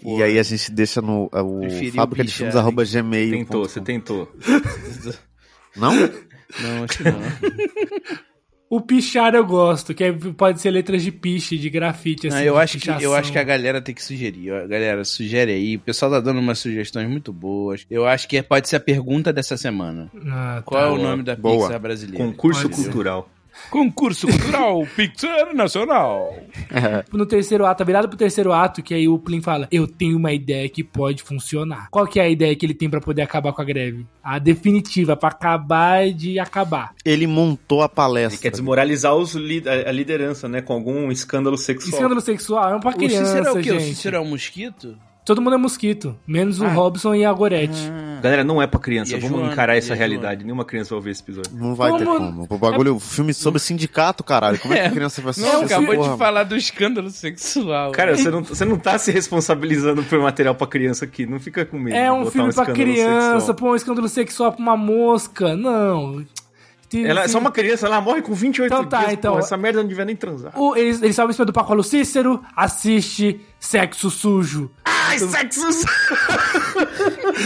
Speaker 3: e aí a gente deixa no é, o né?
Speaker 1: Preferi o
Speaker 3: fábrica de
Speaker 1: bicho,
Speaker 3: filmes
Speaker 1: é.
Speaker 3: arroba
Speaker 4: como.
Speaker 3: gmail.
Speaker 4: Tentou, você tentou.
Speaker 3: Não?
Speaker 1: Não, acho que não.
Speaker 2: O pichar eu gosto, que é- pode ser letras de piche, de grafite, assim.
Speaker 1: não eu,
Speaker 2: de
Speaker 1: acho que, eu
Speaker 2: pichação.
Speaker 1: acho que a galera tem que sugerir. ó. Galera, sugere aí. O pessoal tá dando umas sugestões muito boas. Eu acho que pode ser a pergunta dessa semana.
Speaker 2: Ah,
Speaker 1: Qual é o
Speaker 4: Boa.
Speaker 1: nome da
Speaker 3: Boa.
Speaker 1: Pixar brasileira?
Speaker 4: Concurso
Speaker 2: Pode ser.
Speaker 4: cultural.
Speaker 1: Concurso Cultural Pixar Nacional.
Speaker 2: no terceiro ato, a virada pro terceiro ato, que aí o Plin fala: Eu tenho uma ideia que pode funcionar. Qual que é a ideia que ele tem pra poder acabar com a greve? A definitiva, pra acabar é de acabar.
Speaker 3: Ele montou a
Speaker 4: Ele quer
Speaker 3: palestra.
Speaker 4: desmoralizar os li- a a liderança, né? Com algum escândalo sexual.
Speaker 2: Escândalo sexual é um pra
Speaker 1: O Cícero
Speaker 2: criança,
Speaker 1: é o quê? O
Speaker 2: gente.
Speaker 1: Cícero é um mosquito?
Speaker 2: Todo mundo é mosquito, menos
Speaker 1: Ah.
Speaker 2: o Robson e a Gorete.
Speaker 1: Ah.
Speaker 4: Galera, não é pra
Speaker 1: E
Speaker 4: criança.
Speaker 1: a
Speaker 4: Vamos
Speaker 1: Joana?
Speaker 4: encarar
Speaker 1: E
Speaker 4: essa
Speaker 1: a
Speaker 4: realidade. Nenhuma criança vai ver esse episódio.
Speaker 3: Não vai ter
Speaker 2: Como?
Speaker 3: como. O bagulho, o filme sobre sindicato, caralho. Como é que a criança vai assistir
Speaker 1: Não,
Speaker 3: essa
Speaker 1: acabou
Speaker 3: porra,
Speaker 1: de falar do escândalo sexual.
Speaker 4: Cara, você não, você não tá se responsabilizando por material pra criança aqui. Não fica com
Speaker 1: Ah,
Speaker 4: medo. de
Speaker 2: É um
Speaker 4: botar
Speaker 2: filme pra
Speaker 4: escândalo
Speaker 2: criança,
Speaker 4: sexual.
Speaker 2: pô, um escândalo sexual pra uma mosca. Não. Tem-
Speaker 4: Ela é
Speaker 2: tem-
Speaker 4: só uma criança, ela morre com 28
Speaker 2: assim- Então tá,
Speaker 4: dias.
Speaker 2: então.
Speaker 4: Pô, essa merda não devia nem transar.
Speaker 2: O, eles, eles sabem isso do Pacola Cícero, assiste Sexo Sujo.
Speaker 4: Ai, sexos!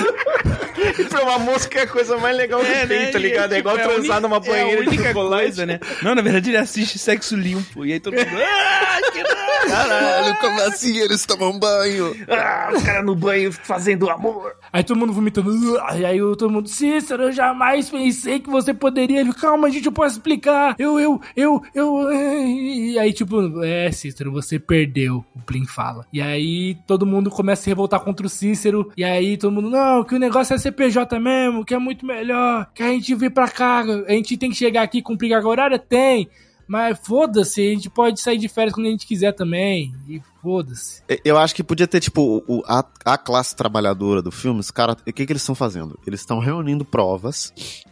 Speaker 4: pra uma mosca é a coisa mais legal que tem, tá ligado? É igual transar numa
Speaker 1: né? tipo, é a
Speaker 4: banheira de
Speaker 1: única
Speaker 4: chocolate.
Speaker 1: coisa, né? Não, na verdade ele assiste sexo limpo. E aí todo mundo. Ah, que nojo!
Speaker 3: Caralho, como assim eles tomam banho?
Speaker 4: Ah, os caras no banho fazendo amor.
Speaker 2: Aí todo mundo vomitando. E aí o- todo mundo, Cícero, eu jamais pensei que você poderia. Ele, calma, gente, eu posso explicar. Eu, eu, eu, eu. é." E aí, tipo, é, Cícero, você perdeu, o Plin fala. E aí todo mundo começa a se revoltar contra o Cícero. E aí todo mundo, não, que o negócio é CPJ mesmo, que é muito melhor. Que a gente vir pra cá, a gente tem que chegar aqui e cumprir carga horária? Tem. Mas foda-se, a gente pode sair de férias quando a gente quiser também. E foda-se.
Speaker 3: Eu acho que podia ter, tipo, o- a, a classe trabalhadora do filme, os caras, o que, que eles estão fazendo? Eles estão reunindo provas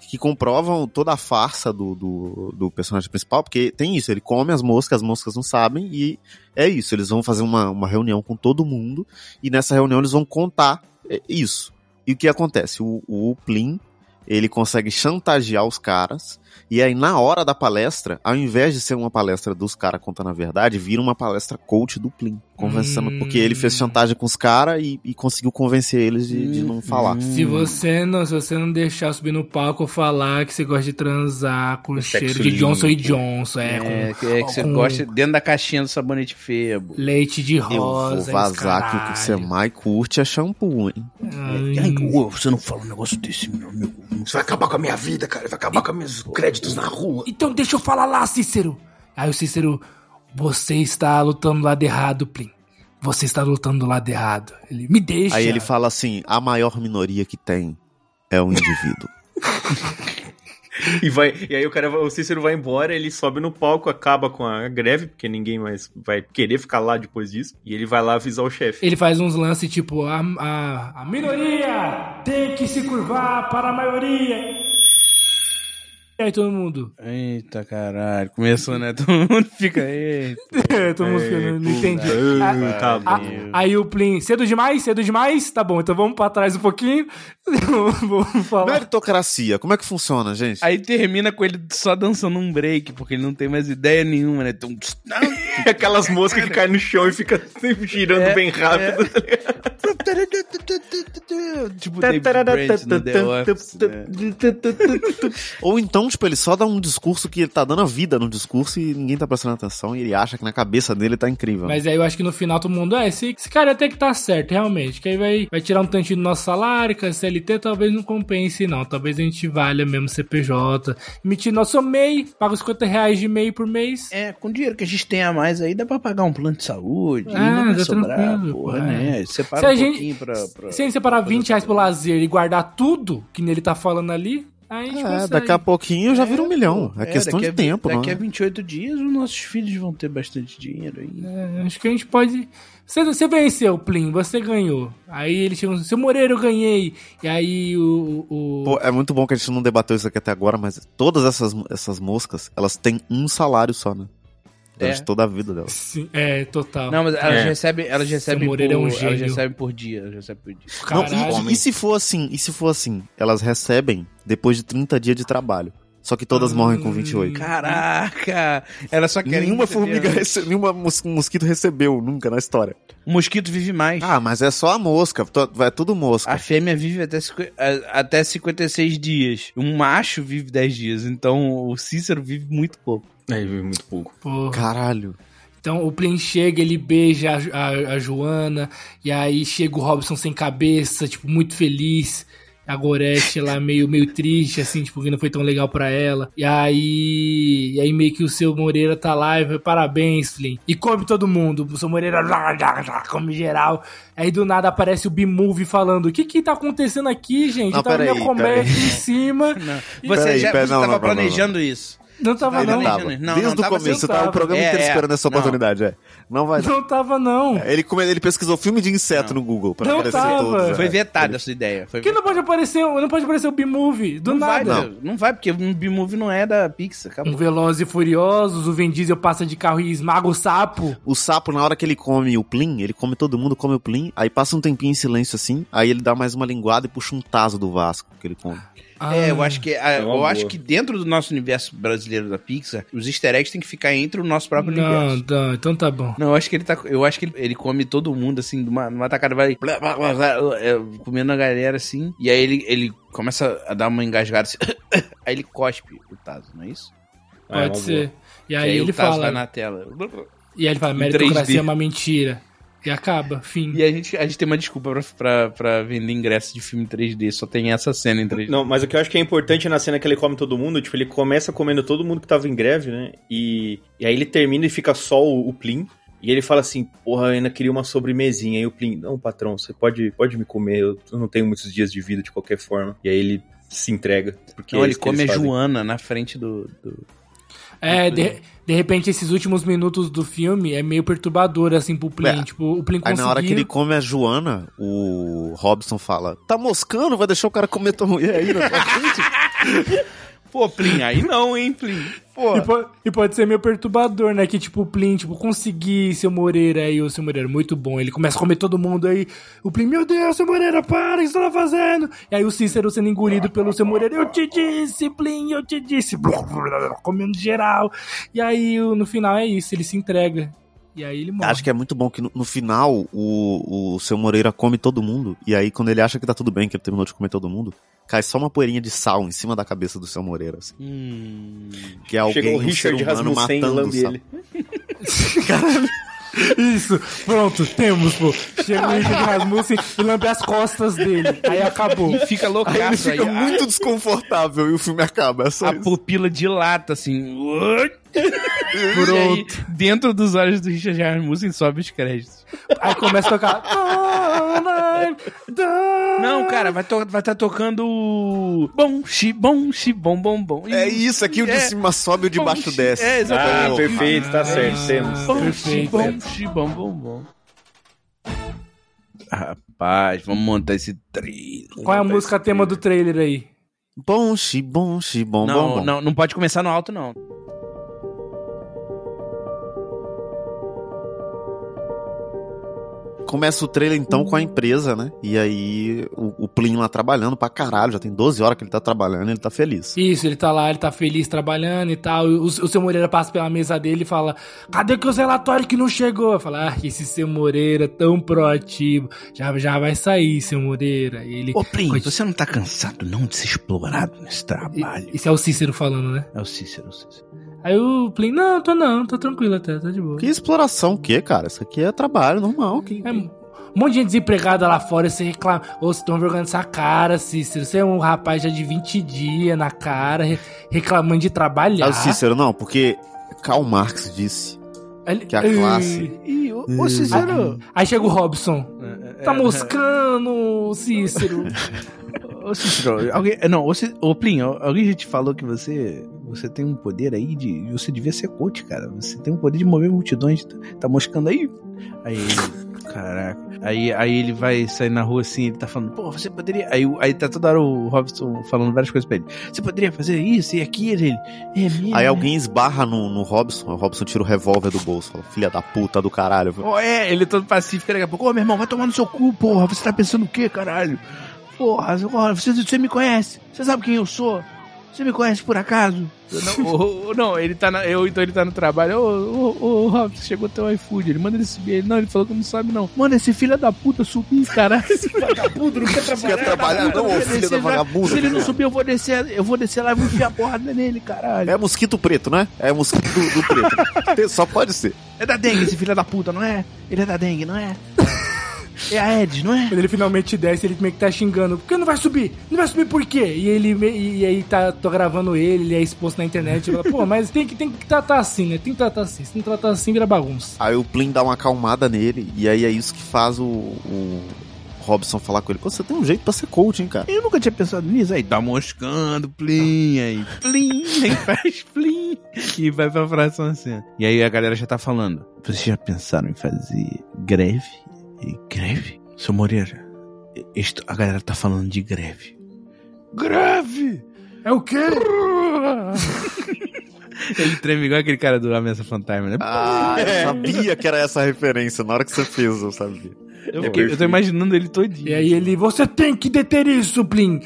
Speaker 3: que comprovam toda a farsa do, do, do personagem principal, porque tem isso, ele come as moscas, as moscas não sabem, e é isso, eles vão fazer uma, uma reunião com todo mundo, e nessa reunião eles vão contar é, isso. E o que acontece? O, o Plin, ele consegue chantagear os caras, e aí na hora da palestra, ao invés de ser uma palestra dos caras contando a verdade, vira uma palestra coach do Plin, conversando,
Speaker 2: Hum.
Speaker 3: porque ele fez chantagem com os caras e, e conseguiu convencer eles de, de não falar.
Speaker 2: Se você não, se você não deixar subir no palco falar que você gosta de transar com
Speaker 4: sexo
Speaker 2: cheiro de
Speaker 4: limpo.
Speaker 2: Johnson e Johnson, é,
Speaker 1: É,
Speaker 2: com
Speaker 1: que, é que você
Speaker 2: com-
Speaker 1: gosta dentro da caixinha do sabonete febo.
Speaker 2: leite de
Speaker 3: Eu vou
Speaker 2: rosa.
Speaker 3: vazar que o que você mais curte é shampoo, hein?
Speaker 1: Ai, ué, você não fala um negócio desse, meu amigo.
Speaker 6: Isso vai acabar com a minha vida, cara. Vai acabar com meus créditos na rua.
Speaker 2: Então deixa eu falar lá, Cícero. Aí o Cícero, você está lutando do lado errado, Plim. Você está lutando do lado errado. Ele me deixa.
Speaker 3: Aí ele fala assim: a maior minoria que tem é o indivíduo.
Speaker 4: E, vai, e aí o cara, vai- o Cícero vai embora, ele sobe no palco, acaba com a greve, porque ninguém mais vai querer ficar lá depois disso. E ele vai lá avisar o chefe.
Speaker 2: Ele faz uns lances tipo, a, a, a minoria tem que se curvar para a maioria. aí todo mundo.
Speaker 1: Eita caralho, começou, né? Todo mundo fica aí.
Speaker 2: É, todo mundo fica, não, não entendi. Ah,
Speaker 4: tá
Speaker 2: ah,
Speaker 1: Meu.
Speaker 2: aí o Plin, cedo demais, cedo demais? Tá bom, então vamos pra trás um pouquinho. vamos falar.
Speaker 3: Meritocracia, como é que funciona, gente?
Speaker 1: Aí termina com ele só dançando um break, porque ele não tem mais ideia nenhuma, né? Tum, tss, não,
Speaker 4: Aquelas moscas que caem no chão e ficam sempre girando
Speaker 1: É,
Speaker 4: bem rápido.
Speaker 1: tipo David Brent no The Office, né?
Speaker 3: Ou então, tipo, ele só dá um discurso que ele tá dando a vida no discurso e ninguém tá prestando atenção e ele acha que na cabeça dele tá incrível.
Speaker 2: Mas aí eu acho que no final todo mundo, é, esse, esse cara até que tá certo, realmente. Que aí vai, vai tirar um tantinho do nosso salário, que a CLT talvez não compense, não. Talvez a gente valha mesmo CPJ. Emitir nosso MEI, paga os 50 reais de MEI por mês.
Speaker 1: É, com o dinheiro que a gente tem a mais aí, dá pra pagar um plano de saúde,
Speaker 2: Ah,
Speaker 1: ainda vai
Speaker 2: tá
Speaker 1: sobrar,
Speaker 2: tranquilo,
Speaker 1: porra,
Speaker 2: pô,
Speaker 1: né? Separa
Speaker 2: Se
Speaker 1: um
Speaker 2: a gente-
Speaker 1: pouquinho pra, pra...
Speaker 2: Se a gente separar 20 reais pro lazer e guardar tudo que ele tá falando ali, aí a gente
Speaker 3: É,
Speaker 2: consegue.
Speaker 3: daqui a pouquinho já vira um milhão. É,
Speaker 1: É,
Speaker 3: questão
Speaker 1: daqui
Speaker 3: de
Speaker 1: a vi-
Speaker 3: tempo,
Speaker 1: Daqui
Speaker 3: né?
Speaker 1: a 28 dias, os nossos filhos vão ter bastante dinheiro aí.
Speaker 2: É, Acho que a gente pode. Você, você venceu, Plim, você ganhou. Aí ele chegou assim, seu Moreira, eu ganhei. E aí o. o- o-
Speaker 3: Pô, é muito bom que a gente não debateu isso aqui até agora, mas todas essas, essas moscas, elas têm um salário só, né? Durante
Speaker 1: É.
Speaker 3: toda a vida delas.
Speaker 2: Sim, é, total.
Speaker 1: Não, mas elas
Speaker 4: É.
Speaker 1: recebem, elas recebem por,
Speaker 2: Moreira é um
Speaker 1: elas
Speaker 2: gênio.
Speaker 1: recebem por dia, elas recebem por dia.
Speaker 3: Não,
Speaker 2: Caralho.
Speaker 3: e- e, se for assim? E se for assim? Elas recebem depois de 30 dias de trabalho. Só que todas morrem com 28.
Speaker 1: Caraca! Elas só querem
Speaker 3: Nenhuma
Speaker 1: receber
Speaker 3: formiga,
Speaker 1: antes.
Speaker 3: rece... nenhuma mos- mosquito recebeu nunca na história.
Speaker 1: O mosquito vive mais.
Speaker 3: Ah, mas é só a mosca. to- É tudo mosca.
Speaker 1: A fêmea vive até, cinqu- a- até 56 dias. Um macho vive 10 dias. Então o Cícero vive muito pouco.
Speaker 4: É, muito pouco.
Speaker 2: Porra.
Speaker 3: Caralho.
Speaker 2: Então o Plin chega, ele beija a, a- a Joana, e aí chega o Robson sem cabeça, tipo, muito feliz. A Gorete lá meio, meio triste, assim, tipo, que não foi tão legal pra ela. E aí. E aí meio que o seu Moreira tá lá e vai, parabéns, Flynn. E come todo mundo. O seu Moreira lá, lá, lá, come geral. Aí do nada aparece o B-Movie falando: O que que tá acontecendo aqui, gente?
Speaker 3: Não,
Speaker 2: Eu tava
Speaker 3: peraí,
Speaker 2: minha comédia
Speaker 3: peraí.
Speaker 2: aqui em cima.
Speaker 1: Você
Speaker 3: Peraí,
Speaker 1: já
Speaker 3: peraí,
Speaker 1: você
Speaker 3: não,
Speaker 1: tava
Speaker 3: não, não, não,
Speaker 1: planejando isso.
Speaker 2: Não tava,
Speaker 3: Ele
Speaker 1: Não,
Speaker 2: não.
Speaker 3: não tá, tava.
Speaker 1: não, não,
Speaker 3: Desde o
Speaker 1: tava
Speaker 3: começo,
Speaker 2: assim,
Speaker 3: tava o
Speaker 2: tava.
Speaker 3: programa inteiro
Speaker 1: É, é.
Speaker 3: esperando essa
Speaker 1: Não.
Speaker 3: oportunidade. É. Não vai dar.
Speaker 2: Não tava, não.
Speaker 3: Ele, come- ele pesquisou filme de inseto no Google pra
Speaker 2: Não
Speaker 3: aparecer
Speaker 2: tava.
Speaker 3: todos. é.
Speaker 1: Foi vetada essa ideia. Foi
Speaker 2: Porque não pode aparecer, não pode aparecer o B-Movie, do
Speaker 1: não
Speaker 2: nada.
Speaker 1: vai, não. não vai, porque o B-Movie não é da Pixar.
Speaker 2: Um
Speaker 1: Acabou.
Speaker 2: Velozes e Furiosos, o Vin Diesel passa de carro e esmaga o sapo.
Speaker 3: O sapo, na hora que ele come o plim, ele come todo mundo, come o plim, aí passa um tempinho em silêncio assim, aí ele dá mais uma linguada e puxa um taso do Vasco que ele come.
Speaker 2: Ah,
Speaker 1: É, eu acho que a-
Speaker 4: É uma
Speaker 1: eu
Speaker 4: boa.
Speaker 1: acho que dentro do nosso universo brasileiro da Pixar, os easter eggs tem que ficar entre é o nosso próprio
Speaker 2: Não,
Speaker 1: universo.
Speaker 2: não, então tá bom.
Speaker 1: Não, eu acho que ele tá. Eu acho que ele, ele come todo mundo, assim, de uma, numa tacada, vai. blá, blá, blá, blá, é, comendo a galera, assim. E aí ele, ele começa a dar uma engasgada assim. aí ele cospe o Tazo, não é isso?
Speaker 4: É, uma
Speaker 2: Pode ser. E
Speaker 1: Que
Speaker 2: aí ele
Speaker 1: o Tazo
Speaker 2: fala,
Speaker 1: vai na tela.
Speaker 2: e aí ele fala,
Speaker 1: em
Speaker 2: meritocracia
Speaker 1: 3D.
Speaker 2: é uma mentira. E acaba, fim.
Speaker 1: E é a gente, a gente tem uma desculpa pra, pra, pra vender ingresso de filme 3D, só tem essa cena em 3D.
Speaker 4: Não, mas o que eu acho que é importante na cena que ele come todo mundo, tipo, ele começa comendo todo mundo que tava em greve, né? E, e aí ele termina e fica só o, o Plim. E ele fala assim, porra, eu ainda queria uma sobremesinha. Aí o Plim, não, patrão, você pode, pode me comer, eu não tenho muitos dias de vida de qualquer forma. E aí ele se entrega. Porque
Speaker 1: Não,
Speaker 4: é
Speaker 1: ele
Speaker 4: isso que eles
Speaker 1: come a
Speaker 4: fazem.
Speaker 1: Joana na frente do. do-
Speaker 2: É, de, de repente esses últimos minutos do filme é meio perturbador, assim, pro Plin.
Speaker 3: É.
Speaker 2: Tipo, o Plin
Speaker 3: Aí
Speaker 2: conseguiu...
Speaker 3: na hora que ele come a Joana, o Robson fala: Tá moscando? Vai deixar o cara comer tua mulher aí na tua frente?
Speaker 1: Pô, Plim, aí não, hein, Plim? Pô.
Speaker 2: E po- e pode, ser meio perturbador, né? Que tipo, o Plin, tipo, consegui, seu Moreira aí, ô seu Moreira, muito bom. Ele começa a comer todo mundo aí. O Plin, meu Deus, seu Moreira, para, o que você tá fazendo? E aí o Cícero sendo engolido pelo seu Moreira, eu te disse, Plin, eu te disse, blá, blá, blá, blá, comendo geral. E aí o- no final é isso, ele se entrega. E aí ele morre.
Speaker 3: Acho que é muito bom que no, no final o, o seu Moreira come todo mundo, e aí quando ele acha que tá tudo bem, que ele terminou de comer todo mundo, cai só uma poeirinha de sal em cima da cabeça do seu Moreira, assim.
Speaker 1: Hum.
Speaker 3: Que é alguém,
Speaker 4: Chega o
Speaker 3: um ser
Speaker 4: Richard
Speaker 3: humano
Speaker 4: Rasmussen e
Speaker 3: matando o
Speaker 4: lambe
Speaker 3: sapo.
Speaker 4: ele.
Speaker 2: Isso, pronto, temos, pô. Chega o Richard Rasmussen e lambe as costas dele. Aí acabou.
Speaker 1: E fica
Speaker 3: Aí ele
Speaker 1: loucaço aí.
Speaker 3: fica
Speaker 4: ah,
Speaker 3: muito desconfortável e o filme acaba. É só
Speaker 1: A, a
Speaker 3: isso.
Speaker 1: pupila dilata, assim. E aí, dentro dos olhos do Richard Rasmussen sobe os créditos.
Speaker 2: Aí começa a tocar. Ah,
Speaker 1: Não, cara, vai estar vai tá tocando. o Bom, xi, bom, xi, bom, bom, bom.
Speaker 3: É isso, aqui o de
Speaker 1: É.
Speaker 3: cima sobe e o de
Speaker 1: Bom,
Speaker 3: baixo
Speaker 1: xi-
Speaker 3: desce.
Speaker 1: É,
Speaker 4: Ah,
Speaker 1: exatamente.
Speaker 4: perfeito, tá certo,
Speaker 2: Ah.
Speaker 4: temos.
Speaker 1: Bom, xi,
Speaker 2: Perfeito.
Speaker 1: bom, xi, bom, bom, bom. Rapaz, vamos montar esse trilho.
Speaker 2: é Qual é a música tema do trailer aí?
Speaker 3: Bom, xi, bom, xi, bom,
Speaker 1: não,
Speaker 3: bom, bom.
Speaker 1: não, não pode começar no alto, não.
Speaker 3: Começa o trailer então com a empresa, né? E aí o, o Plinio lá trabalhando pra caralho, já tem 12 horas que ele tá trabalhando, ele tá feliz.
Speaker 2: Isso, ele tá lá, ele tá feliz trabalhando e tal. O, o seu Moreira passa pela mesa dele e fala: Cadê que os relatórios que não chegou? Eu falo, ah, esse seu Moreira tão proativo. Já, já vai sair, seu Moreira. E ele.
Speaker 1: Ô, Plim,
Speaker 2: Oi.
Speaker 1: você não tá cansado não de ser explorado nesse trabalho?
Speaker 2: Isso é o Cícero falando, né?
Speaker 1: É o Cícero, o Cícero.
Speaker 2: Aí o Plin, não, tô não, tô tranquilo até, tá de boa.
Speaker 3: Que exploração o quê, cara? Isso aqui é trabalho normal. Que...
Speaker 2: É, um monte de gente desempregada lá fora, e você reclama. Ô, vocês estão vergonha essa cara, Cícero. Você é um rapaz já de 20 dias na cara, re- reclamando de trabalhar.
Speaker 3: Ah, o Cícero, não, porque Karl Marx disse.
Speaker 2: Ele-
Speaker 3: que é a classe-
Speaker 1: Ih, ô, ô Cícero...
Speaker 2: Aí chega o Robson.
Speaker 1: É.
Speaker 2: Tá moscando, Cícero.
Speaker 1: Ô, Cícero, alguém, não, ô, Cí- ô Plin, al- alguém já te falou que você, você tem um poder aí de. Você devia ser coach, cara. Você tem um poder de mover multidões. Tá, tá moscando aí? Aí ele. Caraca. Aí, aí ele vai sair na rua assim, ele tá falando, pô, você poderia. Aí, o- aí tá toda hora o Robson falando várias coisas pra ele. Você poderia fazer isso e aquilo? Ele. É mesmo.
Speaker 3: Aí
Speaker 1: é?
Speaker 3: alguém esbarra no, no Robson, aí o Robson tira o revólver do bolso, fala, filha da puta do caralho.
Speaker 1: Ó, é, ele é todo pacífico, daqui a pouco, ô meu irmão, vai tomar no seu cu, porra, você tá pensando o quê, caralho? Porra, agora, você, você me conhece, você sabe quem eu sou? Você me conhece por acaso? Não, ô, ô, não, ele tá na, eu, então ele tá no trabalho. Ô, ô, ô, Robson, chegou teu iFood, ele manda ele subir. Ele, não, ele falou que não sabe, não. Manda esse filho da puta subir, caralho. Esse vagabundo não quer
Speaker 3: Quer trabalhar não, ô filha da vagabunda?
Speaker 1: Se ele não subir, eu vou descer, eu vou descer lá e vou enfiar a borda nele, caralho.
Speaker 3: É mosquito preto, né? É mosquito do, do preto. Tem- Só pode ser.
Speaker 1: É da dengue esse filho da puta, não é? Ele é da dengue, não é? É a Ed, não é?
Speaker 2: Quando ele finalmente desce, ele meio que tá xingando. Por que não vai subir? Não vai subir por quê? E ele me- e, e aí tá, tô gravando ele, ele é exposto na internet. e Fala, Pô, mas tem que, tem que tratar assim, né? Tem que tratar assim. Se não tratar assim, vira bagunça.
Speaker 3: Aí o Plin dá uma acalmada nele, e aí é isso que faz o, o Robson falar com ele. Pô, você tem um jeito pra ser coach, hein, cara?
Speaker 1: Eu nunca tinha pensado nisso. Aí tá moscando, plim, aí plim, aí faz plim. E vai pra próxima cena. E aí a galera já tá falando. Vocês já pensaram em fazer greve? E greve? Seu Moreira, isto- a galera tá falando de greve. Greve!
Speaker 2: É o quê?
Speaker 1: Ele treme igual aquele cara do Ameaça Fantasma, né?
Speaker 3: Ah,
Speaker 2: É.
Speaker 3: eu sabia que era essa a referência. Na hora que você fez, eu sabia.
Speaker 1: Eu, fiquei- é eu tô imaginando ele
Speaker 2: E
Speaker 1: todinho.
Speaker 2: aí ele, você tem que deter isso, Plin.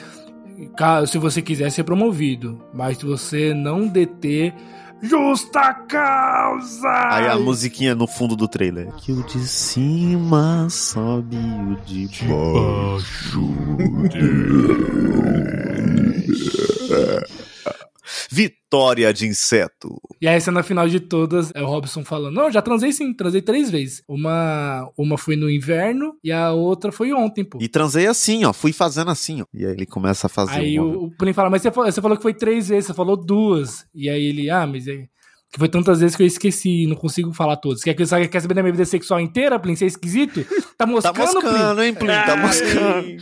Speaker 2: Ca- Se você quiser ser promovido, mas se você não deter, justa causa!
Speaker 3: Aí a musiquinha no fundo do trailer. Que o de cima sobe o de baixo. Vitória de inseto.
Speaker 2: E aí, a cena final de todas é o Robson falando: Não, já transei sim, transei três vezes. Uma, uma foi no inverno e a outra foi ontem, pô.
Speaker 3: E transei assim, ó. Fui fazendo assim, ó. E aí ele começa a fazer
Speaker 2: aí
Speaker 3: um-
Speaker 2: o, o Plin fala: Mas você falou, você falou que foi três vezes, você falou duas. E aí ele: Ah, mas é. Que foi tantas vezes que eu esqueci, não consigo falar todas. Quer, que- sabe- quer saber da minha vida sexual inteira, Plin? Você é esquisito? Tá
Speaker 3: Tá
Speaker 2: moscando, Plin?
Speaker 3: moscando, hein, Plin? Tá moscando.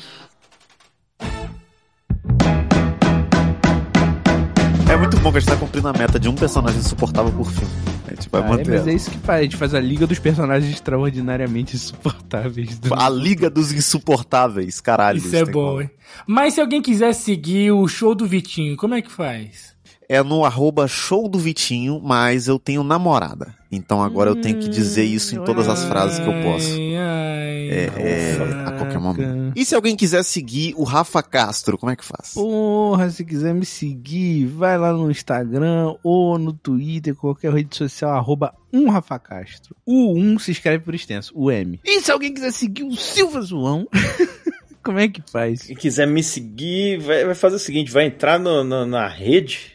Speaker 3: É muito bom que a gente tá cumprindo a meta de um personagem insuportável por filme. A gente vai
Speaker 1: Ah, é,
Speaker 3: manter
Speaker 1: mas
Speaker 3: ela.
Speaker 1: é isso que faz. A gente faz a liga dos personagens extraordinariamente insuportáveis. do-
Speaker 3: A Liga dos Insuportáveis, caralho.
Speaker 2: Isso é
Speaker 3: tem
Speaker 2: bom,
Speaker 3: nome.
Speaker 2: hein? Mas se alguém quiser seguir o show do Vitinho, como é que faz?
Speaker 3: É no arroba show do Vitinho, mas eu tenho namorada. Então agora eu tenho que dizer isso em todas as frases que eu posso.
Speaker 2: Ai, ai.
Speaker 3: É, é, a qualquer momento. E se alguém quiser seguir o Rafa Castro, como é que faz?
Speaker 1: Porra, se quiser me seguir, vai lá no Instagram ou no Twitter, qualquer rede social, arroba um Rafa Castro. O 1 se escreve por extenso, o M. E se alguém quiser seguir o Silva Zoão, como é que faz?
Speaker 4: Quem quiser me seguir, vai, vai fazer o seguinte: vai entrar no- no- na rede.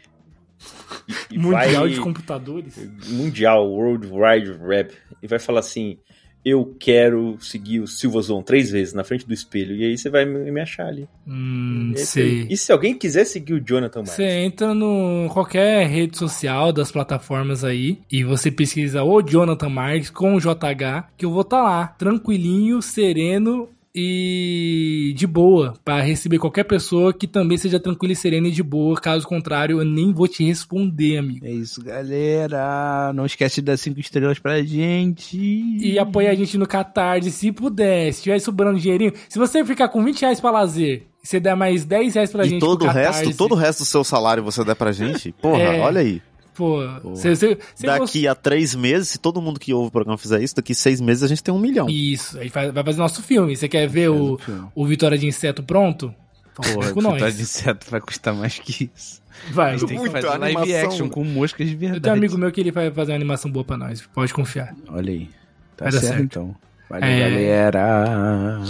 Speaker 4: e- e
Speaker 2: Mundial
Speaker 4: vai-
Speaker 2: de computadores.
Speaker 4: Mundial, World Wide Rap. E vai falar assim: eu quero seguir o Silva Zone três vezes na frente do espelho. E aí você vai me me achar ali.
Speaker 2: Hum,
Speaker 4: É isso aí.
Speaker 2: sei.
Speaker 4: E se alguém quiser seguir o
Speaker 3: é
Speaker 4: Jonathan Marques?
Speaker 2: Você entra no qualquer rede social das plataformas aí e você pesquisa o Jonathan Marques com o JH, que eu vou estar lá, tranquilinho, tá sereno e de boa pra receber qualquer pessoa que também seja tranquila e serena e de boa. Caso contrário, eu nem vou te responder, amigo.
Speaker 1: É isso, galera. Não esquece de dar cinco estrelas pra gente.
Speaker 2: E apoia a gente no Catarse, se puder. Se tiver sobrando dinheirinho. Se você ficar com 20 reais pra lazer, e você der mais 10 reais pra gente
Speaker 3: e todo
Speaker 2: no
Speaker 3: o resto,
Speaker 2: Catarse,
Speaker 3: todo o resto do seu salário você der pra gente? Porra,
Speaker 2: É.
Speaker 3: olha aí.
Speaker 2: Pô,
Speaker 3: Porra.
Speaker 2: você, você, você
Speaker 3: Daqui a três meses, se todo mundo que ouve o programa fizer isso, daqui seis meses a gente tem um milhão.
Speaker 2: Isso, aí vai vai fazer nosso filme. Você quer ver o,
Speaker 1: Filme.
Speaker 2: o Vitória de Inseto pronto? Então,
Speaker 1: Porra,
Speaker 2: com
Speaker 1: Vitória
Speaker 2: nós.
Speaker 1: de Inseto vai custar mais que isso. A
Speaker 2: Vai.
Speaker 1: gente tem que
Speaker 3: Muita
Speaker 1: fazer live
Speaker 3: animação.
Speaker 1: action com moscas de
Speaker 2: Eu tenho um
Speaker 1: verdade.
Speaker 2: amigo meu que ele vai fazer uma animação boa pra nós, pode confiar.
Speaker 1: Olha aí. Tá
Speaker 2: Vai dar
Speaker 1: certo,
Speaker 2: certo.
Speaker 1: então. Valeu,
Speaker 2: É.
Speaker 1: galera.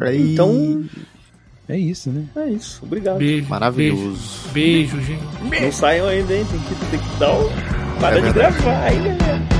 Speaker 3: Aí,
Speaker 4: Então,
Speaker 1: É isso, né?
Speaker 4: é isso. Obrigado.
Speaker 2: Beijo.
Speaker 3: maravilhoso.
Speaker 2: Beijo, beijo gente.
Speaker 4: Não saiam ainda, hein? Tem que, tem que dar um... Para
Speaker 3: É
Speaker 4: de
Speaker 3: verdade.
Speaker 4: gravar, hein, galera?